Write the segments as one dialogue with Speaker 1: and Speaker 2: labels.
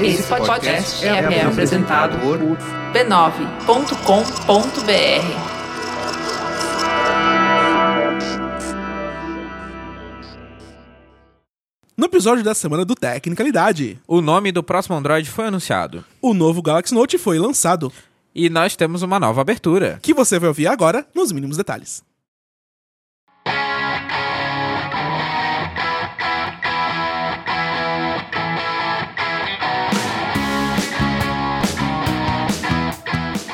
Speaker 1: Esse podcast é, é apresentado por b9.com.br.
Speaker 2: No episódio da semana do Tecnicalidade,
Speaker 3: O nome do próximo Android foi anunciado.
Speaker 2: o novo Galaxy Note foi lançado,
Speaker 3: E nós temos uma nova abertura.
Speaker 2: que você vai ouvir agora nos mínimos detalhes.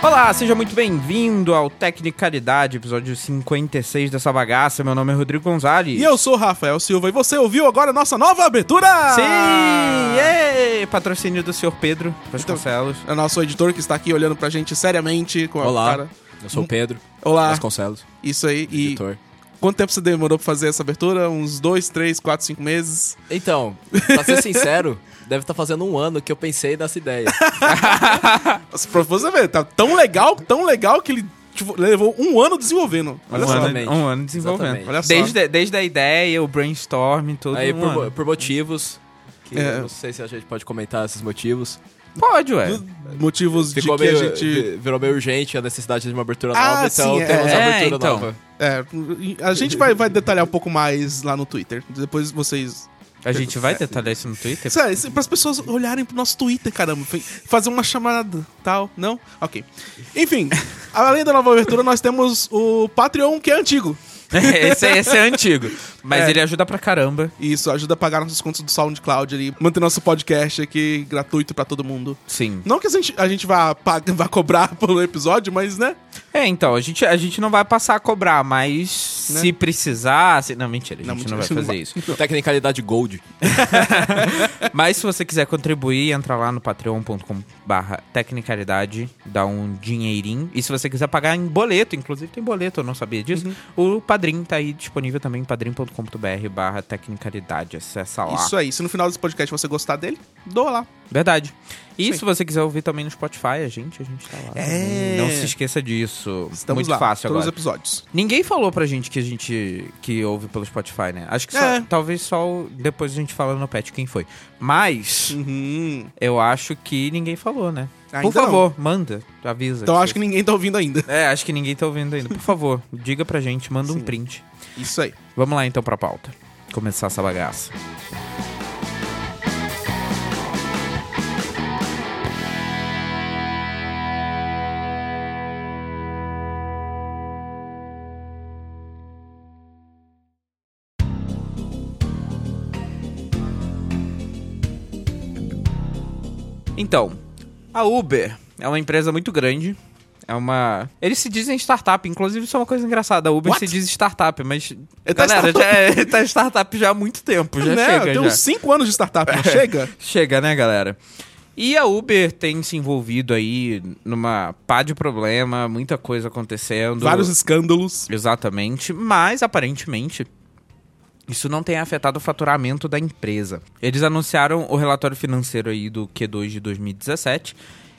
Speaker 3: Olá, seja muito bem-vindo ao Tecnicalidade, episódio 56 dessa bagaça. Meu nome é Rodrigo Gonzalez.
Speaker 2: E eu sou o Rafael Silva e você ouviu agora a nossa nova abertura!
Speaker 3: Sim! ê, Patrocínio do senhor Pedro Vasconcelos.
Speaker 2: É o nosso editor que está aqui olhando pra gente seriamente com a
Speaker 4: Olá,
Speaker 2: cara.
Speaker 4: eu sou o Pedro
Speaker 2: Olá.
Speaker 4: Vasconcelos,
Speaker 2: Isso aí. Ah. E
Speaker 4: editor.
Speaker 2: quanto tempo você demorou pra fazer essa abertura? Uns dois, três, quatro, cinco meses?
Speaker 4: Então, pra ser sincero, deve estar fazendo um ano que eu pensei nessa ideia.
Speaker 2: Nossa, Pra você ver, tá tão legal, tão legal que ele tipo, levou um ano desenvolvendo. Olha
Speaker 3: um,
Speaker 2: só.
Speaker 3: ano,
Speaker 4: Exatamente.
Speaker 3: um ano desenvolvendo.
Speaker 4: Exatamente.
Speaker 2: Olha só.
Speaker 3: Desde, desde a ideia, o brainstorm, tudo.
Speaker 4: Aí,
Speaker 3: um
Speaker 4: por, mo-
Speaker 3: ano.
Speaker 4: por motivos, que
Speaker 2: É.
Speaker 4: eu não sei se a gente pode comentar esses motivos.
Speaker 3: Pode, ué.
Speaker 2: Dos Motivos
Speaker 4: é. Ficou
Speaker 2: de que
Speaker 4: meio,
Speaker 2: a gente.
Speaker 4: vi- Virou meio urgente a necessidade de uma abertura
Speaker 2: Ah,
Speaker 4: nova, então
Speaker 2: sim, é.
Speaker 4: temos a
Speaker 3: É,
Speaker 4: abertura
Speaker 3: então.
Speaker 4: nova.
Speaker 2: É, a gente vai, vai detalhar um pouco mais lá no Twitter. Depois vocês.
Speaker 3: A gente vai detalhar isso no Twitter?
Speaker 2: Sério, para as pessoas olharem pro nosso Twitter, caramba. Fa- Fazer uma chamada tal, não? Ok. Enfim, além da nova abertura, nós temos o Patreon, que é antigo.
Speaker 3: esse, é- esse é antigo. Mas ele ajuda pra caramba.
Speaker 2: E isso ajuda a pagar nossos contos do SoundCloud ali, manter nosso podcast aqui gratuito pra todo mundo.
Speaker 3: Sim.
Speaker 2: Não que a gente, a gente vá, pag- vá cobrar pelo episódio, mas né?
Speaker 3: É, então, a gente, a gente não vai passar a cobrar, mas
Speaker 2: Né?
Speaker 3: se precisar. se- Não, mentira, a
Speaker 2: Não,
Speaker 3: gente
Speaker 2: mentira,
Speaker 3: não,
Speaker 2: a gente não
Speaker 3: vai fazer
Speaker 2: vai.
Speaker 3: isso.
Speaker 4: Tecnicalidade Gold.
Speaker 3: Mas se você quiser contribuir, entra lá no patreon.com barra tecnicalidade, dá um dinheirinho. E se você quiser pagar em boleto, inclusive tem boleto, eu não sabia disso.
Speaker 2: Uhum.
Speaker 3: O Padrim tá aí disponível também, padrim.com.br barra tecnicalidade, acessa Tá lá.
Speaker 2: Isso é aí. Se no final desse podcast você gostar dele, doa lá.
Speaker 3: Verdade. E
Speaker 2: Sim.
Speaker 3: se você quiser ouvir também no Spotify, a gente, a gente tá lá.
Speaker 2: É.
Speaker 3: Não se esqueça disso.
Speaker 2: Estamos
Speaker 3: Muito
Speaker 2: lá.
Speaker 3: fácil
Speaker 2: todos os
Speaker 3: agora.
Speaker 2: episódios.
Speaker 3: Ninguém falou pra gente que a gente que ouve pelo Spotify, né? Acho que só-
Speaker 2: É.
Speaker 3: talvez só o- depois a gente fala no pet quem foi. Mas
Speaker 2: Uhum.
Speaker 3: eu acho que ninguém falou, né?
Speaker 2: Ainda
Speaker 3: Por favor, manda, avisa.
Speaker 2: Então acho que ninguém tá ouvindo ainda.
Speaker 3: É, acho que ninguém tá ouvindo ainda. Por favor, diga pra gente, manda um print.
Speaker 2: Isso aí.
Speaker 3: Vamos lá então pra pauta. Começar essa bagaça. Então, a Uber é uma empresa muito grande. É uma. Eles se dizem startup, inclusive isso é uma coisa engraçada. A Uber
Speaker 2: What?
Speaker 3: se diz startup, mas.
Speaker 2: É, tá
Speaker 3: galera,
Speaker 2: startup.
Speaker 3: já é- tá startup já há muito tempo, Tipo, já
Speaker 2: né?
Speaker 3: chega.
Speaker 2: Tem
Speaker 3: já. É.
Speaker 2: uns 5 anos de startup, não chega?
Speaker 3: Chega, né, galera? E a Uber tem se envolvido aí numa pá de problema, muita coisa acontecendo.
Speaker 2: Vários escândalos.
Speaker 3: Exatamente, mas aparentemente isso não tem afetado o faturamento da empresa. Eles anunciaram o relatório financeiro aí do Q2 de 2017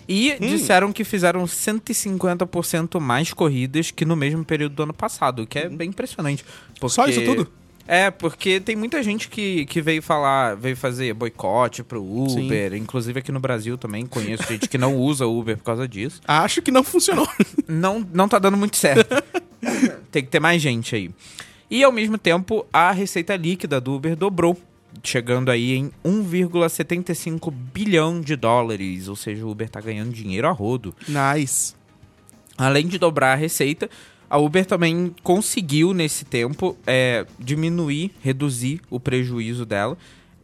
Speaker 3: e
Speaker 2: Hum.
Speaker 3: disseram que fizeram 150% mais corridas que no mesmo período do ano passado, o que é bem impressionante. porque-
Speaker 2: Hum. Só isso tudo?
Speaker 3: É, porque tem muita gente que, que veio falar, veio fazer boicote pro Uber, inclusive aqui no Brasil também conheço gente que não usa Uber por causa disso
Speaker 2: Acho que não funcionou.
Speaker 3: não, não tá dando muito certo. Tem que ter mais gente aí. E ao mesmo tempo, a receita líquida do Uber dobrou, chegando aí em 1,75 bilhão de dólares, ou seja, o Uber tá ganhando dinheiro a rodo.
Speaker 2: Nice.
Speaker 3: Além de dobrar a receita, a Uber também conseguiu nesse tempo é, diminuir, reduzir o prejuízo dela.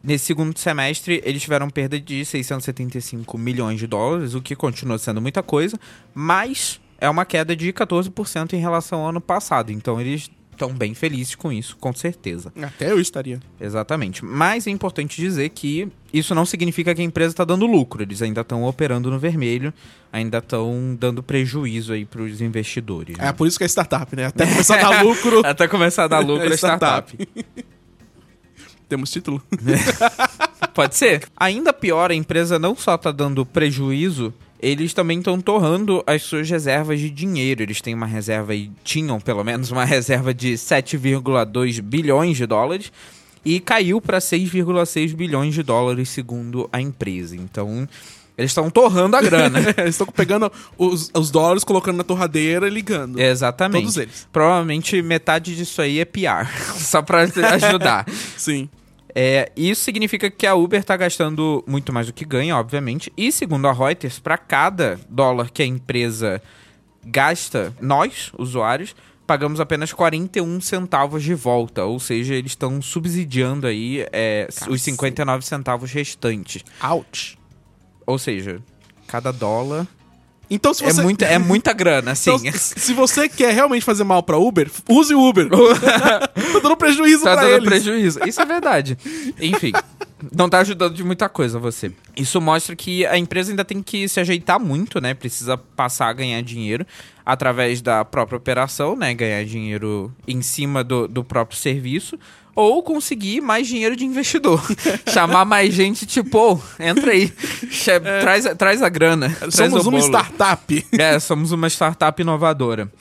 Speaker 3: Nesse segundo semestre, eles tiveram perda de 675 milhões de dólares, o que continua sendo muita coisa, mas é uma queda de 14% em relação ao ano passado. Então, eles estão bem felizes com isso, com certeza.
Speaker 2: Até eu estaria.
Speaker 3: Exatamente. Mas é importante dizer que isso não significa que a empresa está dando lucro. Eles ainda estão operando no vermelho, ainda estão dando prejuízo aí para os investidores.
Speaker 2: É por isso que é startup, né? Até começar a dar lucro.
Speaker 3: Até começar a dar lucro
Speaker 2: É
Speaker 3: a startup.
Speaker 2: Temos título?
Speaker 3: Pode ser. Ainda pior, a empresa não só está dando prejuízo, eles também estão torrando as suas reservas de dinheiro. Eles têm uma reserva e tinham pelo menos uma reserva de 7,2 bilhões de dólares. e caiu para 6,6 bilhões de dólares, segundo a empresa. Então, eles estão torrando a grana.
Speaker 2: Eles estão pegando os, os dólares, colocando na torradeira e ligando.
Speaker 3: É, Exatamente.
Speaker 2: Todos eles.
Speaker 3: Provavelmente metade disso aí é PR, só pra ajudar.
Speaker 2: Sim.
Speaker 3: É, isso significa que a Uber tá gastando muito mais do que ganha, obviamente. E segundo a Reuters, para cada dólar que a empresa gasta, nós, usuários, pagamos apenas 41 centavos de volta. Ou seja, eles estão subsidiando aí é, os 59 centavos restantes.
Speaker 2: Out.
Speaker 3: Ou seja, cada dólar
Speaker 2: Então, se
Speaker 3: é,
Speaker 2: você.
Speaker 3: muita, é muita grana, assim.
Speaker 2: Então, se você quer realmente fazer mal pra Uber, use o Uber. tá dando prejuízo
Speaker 3: tá
Speaker 2: pra
Speaker 3: dando
Speaker 2: eles.
Speaker 3: prejuízo. Isso é verdade. Enfim, não tá ajudando de muita coisa você. Isso mostra que a empresa ainda tem que se ajeitar muito, né? Precisa passar a ganhar dinheiro através da própria operação, né? Ganhar dinheiro em cima do, do próprio serviço. Ou conseguir mais dinheiro de investidor. Chamar mais gente, tipo, "Ô, entra aí, che- traz, a- traz a grana. traz
Speaker 2: É. Somos
Speaker 3: o
Speaker 2: uma
Speaker 3: bolo."
Speaker 2: startup.
Speaker 3: É, somos uma startup inovadora.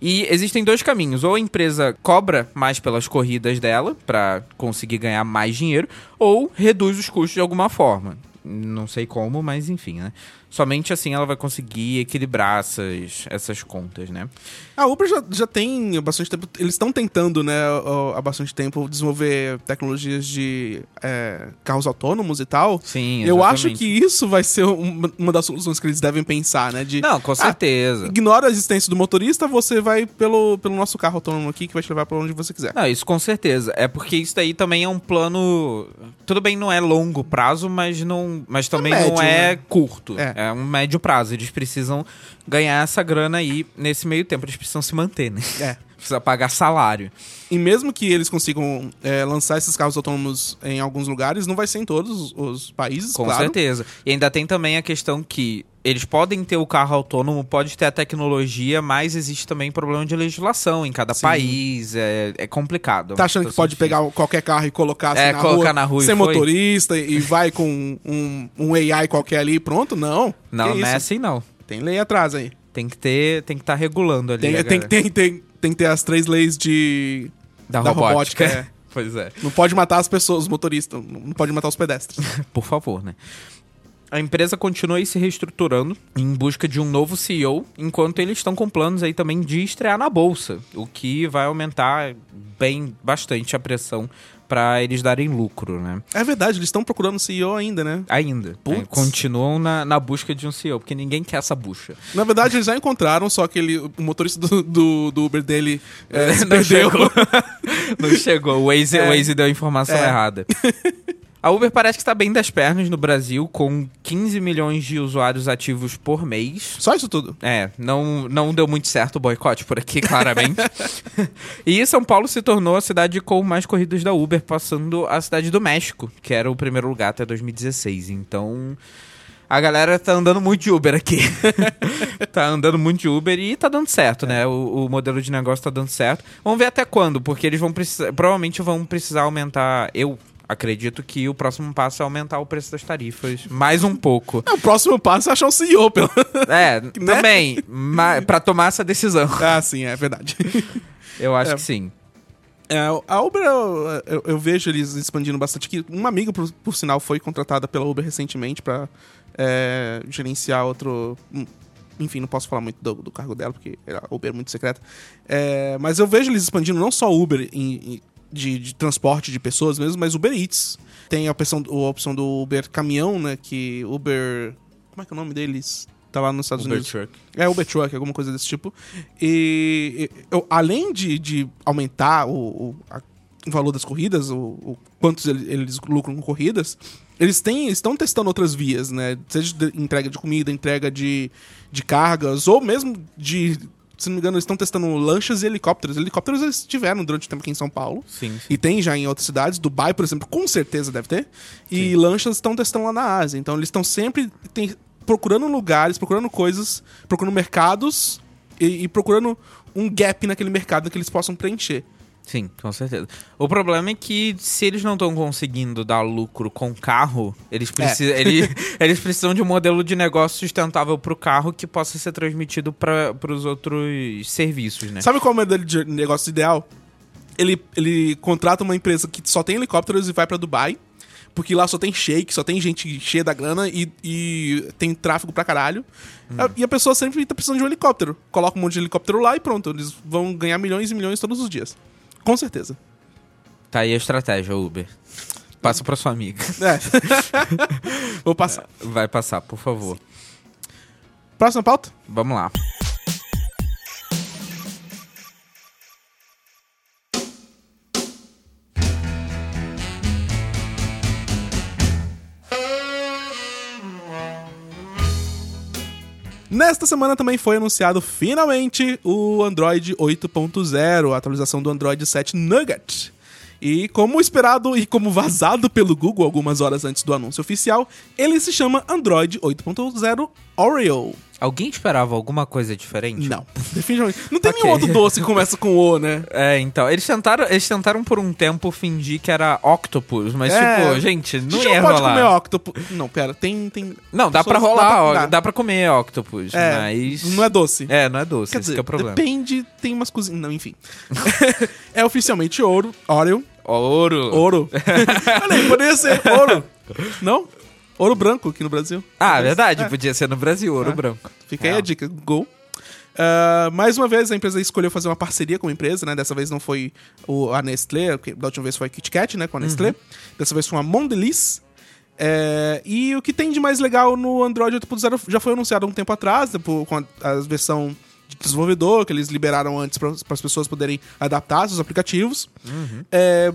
Speaker 3: E existem dois caminhos. Ou a empresa cobra mais pelas corridas dela pra conseguir ganhar mais dinheiro, ou reduz os custos de alguma forma. Não sei como, mas enfim, né? Somente assim ela vai conseguir equilibrar essas, essas contas, né?
Speaker 2: A Uber já, já tem bastante tempo. Eles estão tentando, né, ó, há bastante tempo, desenvolver tecnologias de é, carros autônomos e tal.
Speaker 3: Sim,
Speaker 2: Eu
Speaker 3: exatamente.
Speaker 2: acho que isso vai ser um, uma, uma das soluções que eles devem pensar, né? De
Speaker 3: Não, com certeza.
Speaker 2: ignora a existência do motorista, você vai pelo, pelo nosso carro autônomo aqui que vai te levar pra onde você quiser.
Speaker 3: Não, isso com certeza. É porque isso daí também é um plano. Tudo bem, não é longo prazo, mas não, mas também não
Speaker 2: um médio,
Speaker 3: é
Speaker 2: né?
Speaker 3: curto. É.
Speaker 2: É.
Speaker 3: um médio prazo. Eles precisam ganhar essa grana aí nesse meio tempo. Eles precisam se manter, né?
Speaker 2: É.
Speaker 3: Precisa pagar salário.
Speaker 2: E mesmo que eles consigam é, lançar esses carros autônomos em alguns lugares, não vai ser em todos os- os países,
Speaker 3: Com
Speaker 2: claro.
Speaker 3: certeza. E ainda tem também a questão que eles podem ter o carro autônomo, pode ter a tecnologia, mas existe também problema de legislação em cada
Speaker 2: Sim.
Speaker 3: país. É, é complicado. Então,
Speaker 2: Tá achando que pode pegar qualquer carro e colocar, assim,
Speaker 3: É,
Speaker 2: na,
Speaker 3: colocar
Speaker 2: rua,
Speaker 3: na rua e
Speaker 2: sem
Speaker 3: foi?
Speaker 2: motorista e vai com um, um AI qualquer ali e pronto? Não.
Speaker 3: Não,
Speaker 2: Que
Speaker 3: não é
Speaker 2: isso?
Speaker 3: assim não.
Speaker 2: Tem lei atrás aí.
Speaker 3: Tem que ter, tem que estar regulando ali.
Speaker 2: Tem,
Speaker 3: a
Speaker 2: tem,
Speaker 3: galera.
Speaker 2: tem, tem, tem que ter as três leis de.
Speaker 3: Da,
Speaker 2: Da robótica,
Speaker 3: robótica.
Speaker 2: é.
Speaker 3: pois é.
Speaker 2: Não pode matar as pessoas, os motoristas. Não pode matar os pedestres.
Speaker 3: Por favor, né? A empresa continua aí se reestruturando em busca de um novo CEO, enquanto eles estão com planos aí também de estrear na bolsa, o que vai aumentar bem bastante a pressão para eles darem lucro, né?
Speaker 2: É verdade, eles estão procurando CEO ainda, né?
Speaker 3: Ainda.
Speaker 2: Putz.
Speaker 3: né? Continuam na, na busca de um CEO, porque ninguém quer essa bucha.
Speaker 2: Na verdade, eles já encontraram, só que ele, o motorista do, do, do Uber dele é, se
Speaker 3: Não
Speaker 2: perdeu.
Speaker 3: chegou. É. Não chegou. O Waze, o Waze deu a informação errada. A Uber parece que está bem das pernas no Brasil, com 15 milhões de usuários ativos por mês.
Speaker 2: Só isso tudo.
Speaker 3: É, não, não deu muito certo o boicote por aqui, claramente. e São Paulo se tornou a cidade com mais corridas da Uber, passando a cidade do México, que era o primeiro lugar até 2016. Então, a galera tá andando muito de Uber aqui. tá andando muito de Uber e tá dando certo, né? O, o modelo de negócio tá dando certo. Vamos ver até quando, porque eles vão precisar. Provavelmente vão precisar aumentar. Eu acredito que o próximo passo é aumentar o preço das tarifas mais um pouco.
Speaker 2: É, o próximo passo é achar um CEO, pelo.
Speaker 3: É, também. Mas pra tomar essa decisão.
Speaker 2: ah, sim, é verdade.
Speaker 3: Eu acho
Speaker 2: É.
Speaker 3: que sim.
Speaker 2: É, a Uber, eu, eu- eu vejo eles expandindo bastante. Que uma amiga, por, por sinal, foi contratada pela Uber recentemente pra é, gerenciar outro. hum, Enfim, não posso falar muito do, do cargo dela, porque a Uber é muito secreta. É, mas eu vejo eles expandindo não só Uber em- em- de, de transporte de pessoas mesmo, mas Uber Eats. Tem a opção, a opção do Uber Caminhão, né? Que Uber. Como é que é o nome deles? Tá lá nos Estados Unidos. É Uber Truck, alguma coisa desse tipo. E e, eu, além de, de aumentar o, o- a- o valor das corridas, o, o quantos ele- eles lucram com corridas, eles têm, estão testando outras vias, né? Seja de entrega de comida, entrega de, de cargas, ou mesmo de. Se não me engano, eles estão testando lanchas e helicópteros. Helicópteros eles tiveram durante o tempo aqui em São Paulo.
Speaker 3: Sim, sim.
Speaker 2: E tem já em outras cidades, Dubai, por exemplo, com certeza deve ter. E lanchas estão testando lá na Ásia. Então eles estão sempre tem- procurando lugares, procurando coisas, procurando mercados e, e procurando um gap naquele mercado que eles possam preencher.
Speaker 3: Sim, com certeza. O problema é que se eles não estão conseguindo dar lucro com carro, eles, precisam, eles, eles precisam de um modelo de negócio sustentável pro carro que possa ser transmitido para os outros serviços, né?
Speaker 2: é Sabe qual é o modelo de negócio ideal? ele, ele contrata uma empresa que só tem helicópteros e vai pra Dubai. Porque lá só tem shake, só tem gente cheia da grana e, e tem tráfego pra caralho. A- E a pessoa sempre tá precisando de um helicóptero. Coloca um monte de helicóptero lá e pronto. Eles vão ganhar milhões e milhões todos os dias. Com certeza.
Speaker 3: Tá aí a estratégia, Uber. Passa pra sua amiga.
Speaker 2: É. Vou passar.
Speaker 3: Vai passar, por favor.
Speaker 2: Próxima pauta?
Speaker 3: Vamos lá.
Speaker 2: Nesta semana também foi anunciado finalmente o Android 8.0, a atualização do Android 7 Nugget. E como esperado e como vazado pelo Google algumas horas antes do anúncio oficial, ele se chama Android 8.0 Oreo.
Speaker 3: Alguém esperava alguma coisa diferente?
Speaker 2: Não, definitivamente. Não tem
Speaker 3: Ok.
Speaker 2: nenhum outro doce que começa com O, né?
Speaker 3: É, então. Eles tentaram, eles tentaram por um tempo fingir que era octopus, mas
Speaker 2: É,
Speaker 3: tipo, gente,
Speaker 2: A
Speaker 3: não
Speaker 2: gente
Speaker 3: ia
Speaker 2: não pode
Speaker 3: rolar.
Speaker 2: comer octopus. Não, pera, tem. tem
Speaker 3: Não, dá pra
Speaker 2: pessoas-
Speaker 3: rolar,
Speaker 2: dá
Speaker 3: ó,
Speaker 2: pra-
Speaker 3: dá.
Speaker 2: dá.
Speaker 3: pra comer octopus,
Speaker 2: É,
Speaker 3: mas...
Speaker 2: Não é doce.
Speaker 3: É, não é doce,
Speaker 2: Quer
Speaker 3: esse
Speaker 2: dizer,
Speaker 3: que é o problema.
Speaker 2: depende, tem umas cozinhas. Não, enfim. é oficialmente ouro, Oreo,
Speaker 3: Ouro.
Speaker 2: Ouro. Olha aí, poderia ser ouro. Não? Ouro branco aqui no Brasil.
Speaker 3: Ah, verdade,
Speaker 2: é.
Speaker 3: podia ser no Brasil, ouro branco.
Speaker 2: Fica aí a dica. Go. Ah, mais uma vez, a empresa escolheu fazer uma parceria com a empresa, né? Dessa vez não foi o, a Nestlé, que da última vez foi a Kit Kat, né? Com a Nestlé. Dessa vez foi a Mondelez. É, e o que tem de mais legal no Android 8.0 já foi anunciado há um tempo atrás, né, por- com a, a versão de desenvolvedor, que eles liberaram antes para as pessoas poderem adaptar seus aplicativos. É,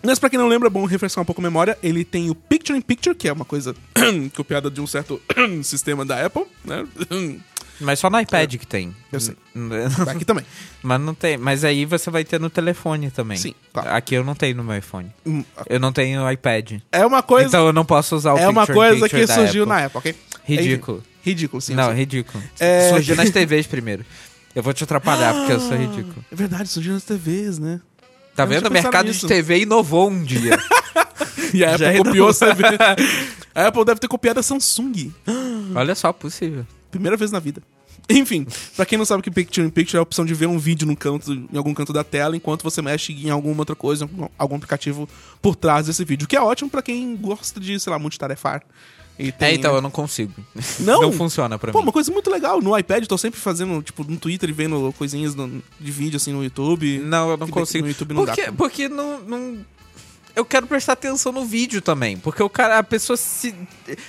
Speaker 2: mas pra quem não lembra, é bom refrescar um pouco a memória. Ele tem o Picture in Picture, que é uma coisa copiada de um certo sistema da Apple, né?
Speaker 3: Mas só no iPad que tem.
Speaker 2: Eu sei.
Speaker 3: N-
Speaker 2: Aqui também.
Speaker 3: Mas não tem. Mas aí você vai ter no telefone também.
Speaker 2: Sim, claro.
Speaker 3: Aqui eu não tenho no meu iPhone.
Speaker 2: Hum,
Speaker 3: Eu não tenho iPad.
Speaker 2: É uma coisa,
Speaker 3: Então eu não posso usar o
Speaker 2: é uma
Speaker 3: picture in
Speaker 2: coisa
Speaker 3: picture
Speaker 2: que
Speaker 3: da
Speaker 2: surgiu
Speaker 3: Apple.
Speaker 2: na Apple, ok?
Speaker 3: Ridículo.
Speaker 2: Enfim, ridículo, sim. eu
Speaker 3: Não,
Speaker 2: sei.
Speaker 3: ridículo.
Speaker 2: É-
Speaker 3: Surgiu nas TVs primeiro. Eu vou te atrapalhar porque eu sou ridículo.
Speaker 2: É verdade, surgiu nas TVs, né?
Speaker 3: Tá
Speaker 2: Eu não
Speaker 3: vendo?
Speaker 2: tinha
Speaker 3: O mercado
Speaker 2: pensado nisso.
Speaker 3: de TV inovou um dia.
Speaker 2: E a
Speaker 3: Já
Speaker 2: Apple copiou as TVs. A Apple deve ter copiado a Samsung.
Speaker 3: Olha só, possível.
Speaker 2: Primeira vez na vida. Enfim, pra quem não sabe o que Picture in Picture é a opção de ver um vídeo num canto, em algum canto da tela, enquanto você mexe em alguma outra coisa, em algum aplicativo por trás desse vídeo. O que é ótimo pra quem gosta de, sei lá, multitarefar. E tem-
Speaker 3: É, então eu não consigo.
Speaker 2: Não?
Speaker 3: funciona pra
Speaker 2: Pô,
Speaker 3: mim.
Speaker 2: uma coisa muito legal. No iPad, eu tô sempre fazendo, tipo, no Twitter e vendo coisinhas no- de vídeo, assim, no YouTube.
Speaker 3: Não, eu não
Speaker 2: Que daqui
Speaker 3: consigo.
Speaker 2: no YouTube não dá
Speaker 3: porque
Speaker 2: pra-
Speaker 3: porque não, não- Eu quero prestar atenção no vídeo também. Porque o cara, a pessoa se.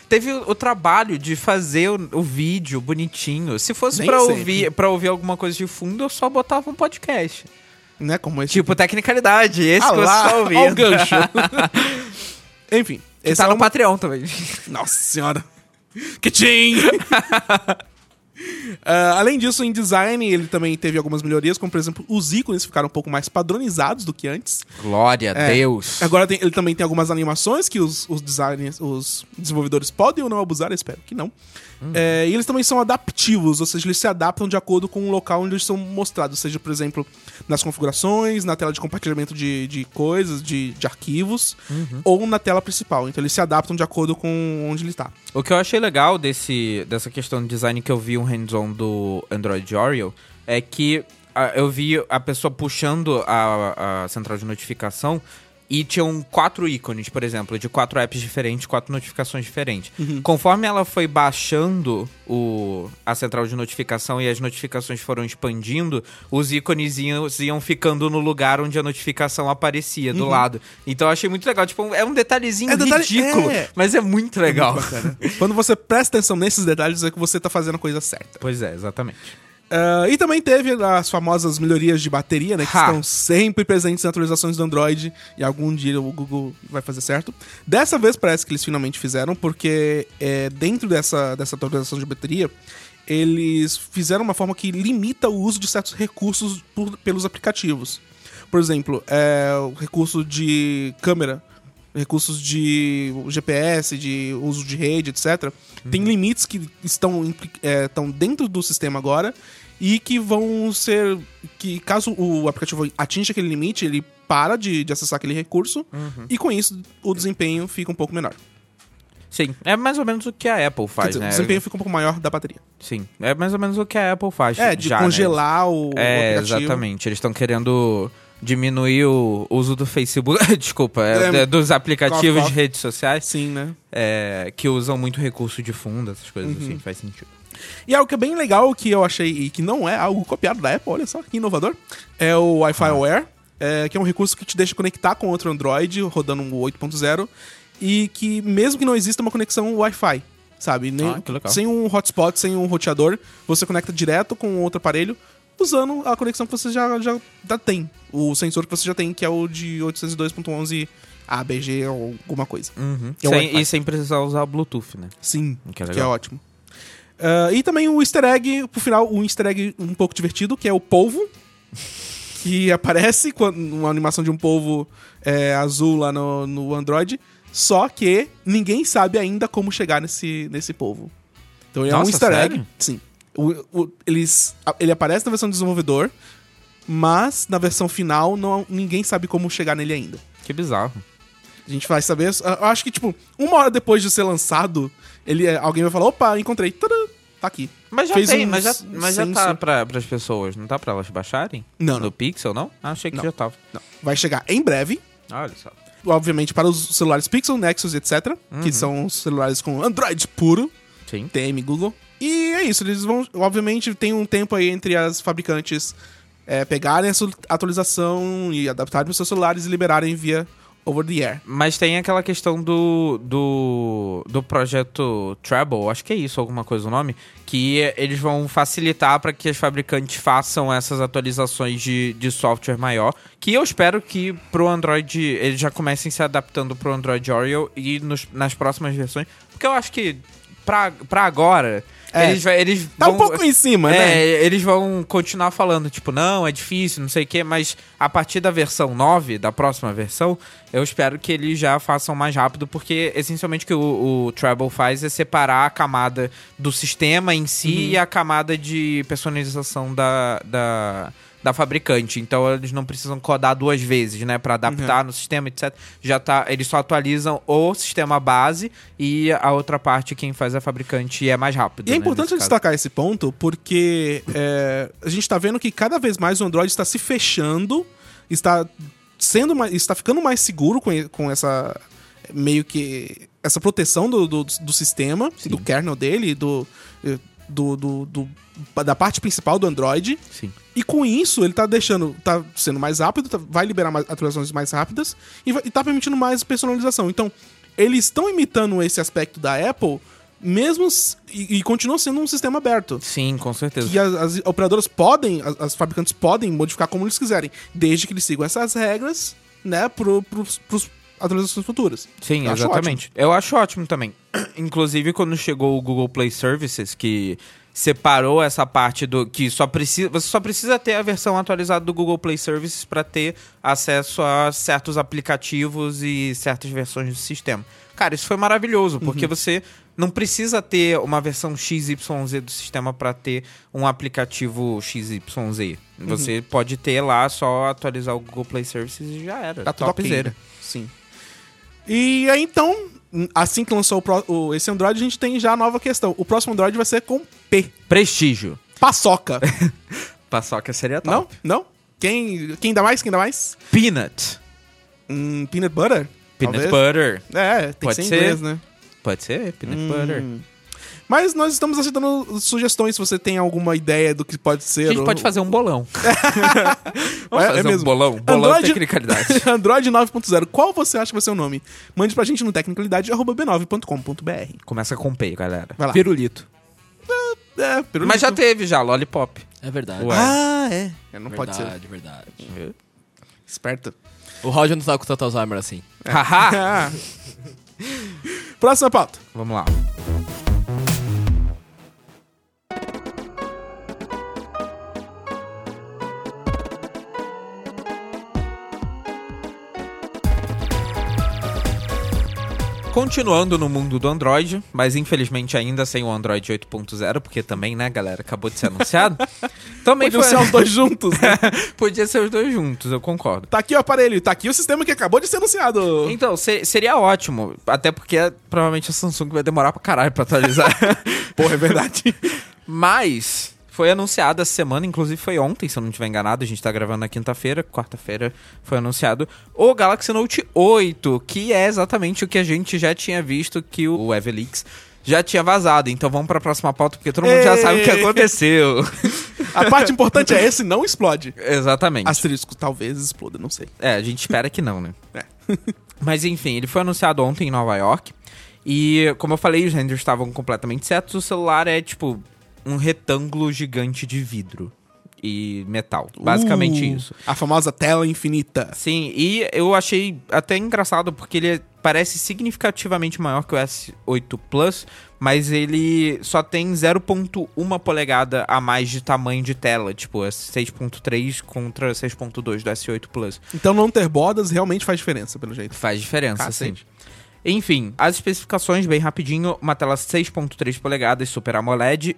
Speaker 3: Teve o trabalho de fazer o, o vídeo bonitinho. Se fosse
Speaker 2: Nem
Speaker 3: pra
Speaker 2: sempre.
Speaker 3: ouvir, pra ouvir alguma coisa de fundo, eu só botava um podcast.
Speaker 2: Né? Como esse.
Speaker 3: Tipo, tecnicalidade. Esse
Speaker 2: Ah
Speaker 3: que você
Speaker 2: lá,
Speaker 3: tá
Speaker 2: ó o
Speaker 3: ouvindo.
Speaker 2: gancho. Enfim.
Speaker 3: Que
Speaker 2: Esse
Speaker 3: tá
Speaker 2: é
Speaker 3: no
Speaker 2: uma-
Speaker 3: Patreon também.
Speaker 2: Nossa senhora. que Ah, além disso, em design, ele também teve algumas melhorias, como por exemplo, os ícones ficaram um pouco mais padronizados do que antes.
Speaker 3: Glória a
Speaker 2: É.
Speaker 3: Deus.
Speaker 2: Agora tem- ele também tem algumas animações que os, os designers, os desenvolvedores podem ou não abusar, eu espero que não. É, e eles também são adaptivos, ou seja, eles se adaptam de acordo com o local onde eles são mostrados, seja, por exemplo, nas configurações, na tela de compartilhamento de, de coisas, de, de arquivos, ou na tela principal. Então eles se adaptam de acordo com onde ele tá. está.
Speaker 3: O que eu achei legal desse, dessa questão de design que eu vi um hands-on do Android Oreo é que ah, eu vi a pessoa puxando a, a central de notificação e tinham quatro ícones, por exemplo, de quatro apps diferentes, quatro notificações diferentes. Conforme ela foi baixando o, a central de notificação e as notificações foram expandindo, os ícones iam, iam ficando no lugar onde a notificação aparecia, do lado. Então eu achei muito legal. Tipo, é um detalhezinho
Speaker 2: É detalhe-
Speaker 3: ridículo,
Speaker 2: é.
Speaker 3: mas é muito legal.
Speaker 2: Quando você presta atenção nesses detalhes, é que você tá fazendo a coisa certa.
Speaker 3: Pois é, exatamente.
Speaker 2: Ah, e também teve as famosas melhorias de bateria, né? Que
Speaker 3: Ha.
Speaker 2: estão sempre presentes em atualizações do Android. E algum dia o Google vai fazer certo. Dessa vez parece que eles finalmente fizeram, porque é, dentro dessa, dessa atualização de bateria, eles fizeram uma forma que limita o uso de certos recursos por- pelos aplicativos. Por exemplo, é, o recurso de câmera recursos de GPS, de uso de rede, etc. Tem limites que estão, impli- é, estão dentro do sistema agora e que vão ser. que caso o aplicativo atinja aquele limite, ele para de, de acessar aquele recurso
Speaker 3: Uhum.
Speaker 2: e com isso o desempenho fica um pouco menor.
Speaker 3: Sim, é mais ou menos o que a Apple
Speaker 2: Quer
Speaker 3: faz,
Speaker 2: dizer,
Speaker 3: né?
Speaker 2: O desempenho fica um pouco maior da bateria.
Speaker 3: Sim, é mais ou menos o que a Apple faz.
Speaker 2: É, de
Speaker 3: já, né?
Speaker 2: congelar o, o
Speaker 3: É,
Speaker 2: aplicativo.
Speaker 3: exatamente. Eles estão querendo diminuir o uso do Facebook, desculpa, é,
Speaker 2: É,
Speaker 3: é, dos aplicativos
Speaker 2: qual-
Speaker 3: de redes sociais
Speaker 2: Sim, né?
Speaker 3: é, que usam muito recurso de fundo, essas coisas
Speaker 2: Uhum.
Speaker 3: assim, faz sentido.
Speaker 2: E algo que é bem legal que eu achei e que não é algo copiado da Apple, olha só que inovador, é o Wi-Fi
Speaker 3: Ah.
Speaker 2: Aware, é, que é um recurso que te deixa conectar com outro Android rodando um 8.0 e que mesmo que não exista uma conexão Wi-Fi, sabe, nem-
Speaker 3: Ah, que legal.
Speaker 2: sem um hotspot, sem um roteador, você conecta direto com outro aparelho usando a conexão que você já, já, já tem, o sensor que você já tem, que é o de 802.11 ABG ou alguma coisa. Que é o
Speaker 3: Sem,
Speaker 2: Wi-Fi.
Speaker 3: e sem precisar usar Bluetooth, né?
Speaker 2: Sim,
Speaker 3: Que é
Speaker 2: que é
Speaker 3: legal.
Speaker 2: ótimo. Ah, e também o easter egg, por final, um easter egg um pouco divertido, que é o polvo. Que aparece quando uma animação de um polvo é, azul lá no, no Android. Só que ninguém sabe ainda como chegar nesse, nesse polvo. Então é um
Speaker 3: Nossa,
Speaker 2: easter egg.
Speaker 3: sério?
Speaker 2: Sim. O- o- eles, a- ele aparece na versão do desenvolvedor, mas na versão final não, ninguém sabe como chegar nele ainda.
Speaker 3: Que bizarro.
Speaker 2: A gente vai saber. Eu acho que, tipo, uma hora depois de ser lançado, ele, é, alguém vai falar: opa, encontrei. Tadã, tá aqui.
Speaker 3: Mas já
Speaker 2: Fez
Speaker 3: tem,
Speaker 2: um
Speaker 3: mas já, mas já tá
Speaker 2: censo.
Speaker 3: pra, pras pessoas, não tá pra elas baixarem?
Speaker 2: Não,
Speaker 3: No
Speaker 2: não.
Speaker 3: Pixel, não? Ah, achei que
Speaker 2: Não.
Speaker 3: já tava.
Speaker 2: Vai chegar em breve,
Speaker 3: Olha só.
Speaker 2: obviamente, para os celulares Pixel, Nexus, etc. Que são os celulares com Android puro,
Speaker 3: Sim.
Speaker 2: TM, Google. E é isso, eles vão. Obviamente, tem um tempo aí entre as fabricantes é, pegarem essa atualização e adaptarem para os seus celulares e liberarem via over the air.
Speaker 3: Mas tem aquela questão do, do, do projeto Treble, acho que é isso, alguma coisa o nome, que eles vão facilitar para que as fabricantes façam essas atualizações de, de software maior, que eu espero que pro Android, eles já comecem se adaptando pro Android Oreo e nos- nas próximas versões, porque eu acho que pra, pra agora,
Speaker 2: É.
Speaker 3: eles, vai- eles
Speaker 2: Tá
Speaker 3: vão...
Speaker 2: um pouco em cima,
Speaker 3: é,
Speaker 2: né?
Speaker 3: eles vão continuar falando, tipo, não, é difícil, não sei o quê, mas a partir da versão 9, da próxima versão, eu espero que eles já façam mais rápido, porque essencialmente o que o, o Treble faz é separar a camada do sistema em
Speaker 2: Uhum.
Speaker 3: si e a camada de personalização da. da da fabricante, então eles não precisam codar duas vezes, né, Pra
Speaker 2: Uhum.
Speaker 3: adaptar no sistema, etc. Já tá, eles só atualizam o sistema base e a outra parte quem faz é a fabricante e é mais rápido.
Speaker 2: E é
Speaker 3: né,
Speaker 2: importante
Speaker 3: nesse caso.
Speaker 2: destacar esse ponto porque é, a gente está vendo que cada vez mais o Android está se fechando, está sendo mais, está ficando mais seguro com, e- com essa meio que essa proteção do, do, do sistema, do kernel dele, do, eh, do, do- do- da parte principal do Android.
Speaker 3: Sim.
Speaker 2: E com isso, ele tá deixando, tá sendo mais rápido, tá- vai liberar mais, atualizações mais rápidas e, vai, e tá permitindo mais personalização. Então, eles estão imitando esse aspecto da Apple, mesmo s- e, e continua sendo um sistema aberto.
Speaker 3: Sim, com certeza.
Speaker 2: Que as, as operadoras podem, as, as fabricantes podem modificar como eles quiserem, desde que eles sigam essas regras, né, pro, pros, pros atualizações futuras.
Speaker 3: Sim,
Speaker 2: Eu acho
Speaker 3: exatamente. Eu acho ótimo também. Inclusive, quando chegou o Google Play Services, que separou essa parte do que só precisa você só precisa ter a versão atualizada do Google Play Services para ter acesso a certos aplicativos e certas versões do sistema. Cara, isso foi maravilhoso, porque
Speaker 2: Uhum.
Speaker 3: você não precisa ter uma versão XYZ do sistema para ter um aplicativo XYZ.
Speaker 2: Uhum.
Speaker 3: Você pode ter lá só atualizar o Google Play Services e já era.
Speaker 2: Tá tudo ok,
Speaker 3: Topzera.
Speaker 2: né? Sim. E aí, então, assim que lançou o pró- o- esse Android, a gente tem já a nova questão. O próximo Android vai ser com P.
Speaker 3: Prestígio.
Speaker 2: Paçoca.
Speaker 3: Paçoca seria top.
Speaker 2: Não? Não? Quem, quem dá mais? Quem dá mais?
Speaker 3: Peanut.
Speaker 2: Hum, peanut butter?
Speaker 3: Peanut
Speaker 2: talvez.
Speaker 3: butter.
Speaker 2: É, tem
Speaker 3: Pode
Speaker 2: que ser
Speaker 3: ser.
Speaker 2: em inglês, né?
Speaker 3: Pode ser peanut butter.
Speaker 2: Mas nós estamos aceitando sugestões se você tem alguma ideia do que pode ser.
Speaker 3: A gente
Speaker 2: ou-
Speaker 3: pode fazer um bolão. Vamos
Speaker 2: É-
Speaker 3: fazer
Speaker 2: é
Speaker 3: um
Speaker 2: mesmo.
Speaker 3: bolão. Bolão
Speaker 2: Android-
Speaker 3: tecnicalidade.
Speaker 2: Android 9.0, qual você acha que vai ser o nome? Mande pra gente no tecnicalidade.b9.com.br.
Speaker 3: Começa com P, galera.
Speaker 2: Vai lá.
Speaker 3: Pirulito.
Speaker 2: É, pirulito.
Speaker 3: Mas já teve já, lollipop.
Speaker 4: É verdade.
Speaker 3: Ué.
Speaker 2: Ah, é. É, Não pode
Speaker 4: verdade,
Speaker 2: ser.
Speaker 4: verdade.
Speaker 2: Esperto.
Speaker 4: O Roger não tá com tanto Alzheimer assim.
Speaker 2: Ah.
Speaker 3: Haha.
Speaker 2: Próxima pauta.
Speaker 3: Vamos lá. Continuando no mundo do Android, mas infelizmente ainda sem o Android 8.0, porque também, né, galera, acabou de ser anunciado. também
Speaker 2: Podiam
Speaker 3: foi...
Speaker 2: ser os dois juntos, né?
Speaker 3: Podia ser os dois juntos, eu concordo.
Speaker 2: Tá aqui o aparelho, tá aqui o sistema que acabou de ser anunciado.
Speaker 3: Então, se- seria ótimo. Até porque é provavelmente a Samsung vai demorar pra caralho pra atualizar.
Speaker 2: Porra, é verdade.
Speaker 3: Mas Foi anunciado essa semana, inclusive foi ontem, se eu não estiver enganado, a gente tá gravando na quinta-feira, quarta-feira foi anunciado o Galaxy Note 8, que é exatamente o que a gente já tinha visto que o Evelix já tinha vazado. Então vamos pra próxima pauta, porque todo mundo já
Speaker 2: Ei!
Speaker 3: sabe o que aconteceu.
Speaker 2: A parte importante é esse não explode.
Speaker 3: Exatamente.
Speaker 2: Asterisco, talvez exploda, não sei.
Speaker 3: É, a gente espera que não, né?
Speaker 2: É.
Speaker 3: Mas enfim, ele foi anunciado ontem em Nova York. E, como eu falei, os renders estavam completamente certos. O celular é tipo um retângulo gigante de vidro e metal. Basicamente
Speaker 2: Uh,
Speaker 3: isso.
Speaker 2: A famosa tela infinita.
Speaker 3: Sim, e eu achei até engraçado porque ele é- parece significativamente maior que o S8 Plus, mas ele só tem 0.1 polegada a mais de tamanho de tela, tipo, é 6.3 contra 6.2 do S8 Plus.
Speaker 2: Então não ter bordas realmente faz diferença, pelo jeito.
Speaker 3: Faz diferença,
Speaker 2: Cacete.
Speaker 3: sim. Enfim, as especificações, bem rapidinho, uma tela 6.3 polegadas, Super AMOLED,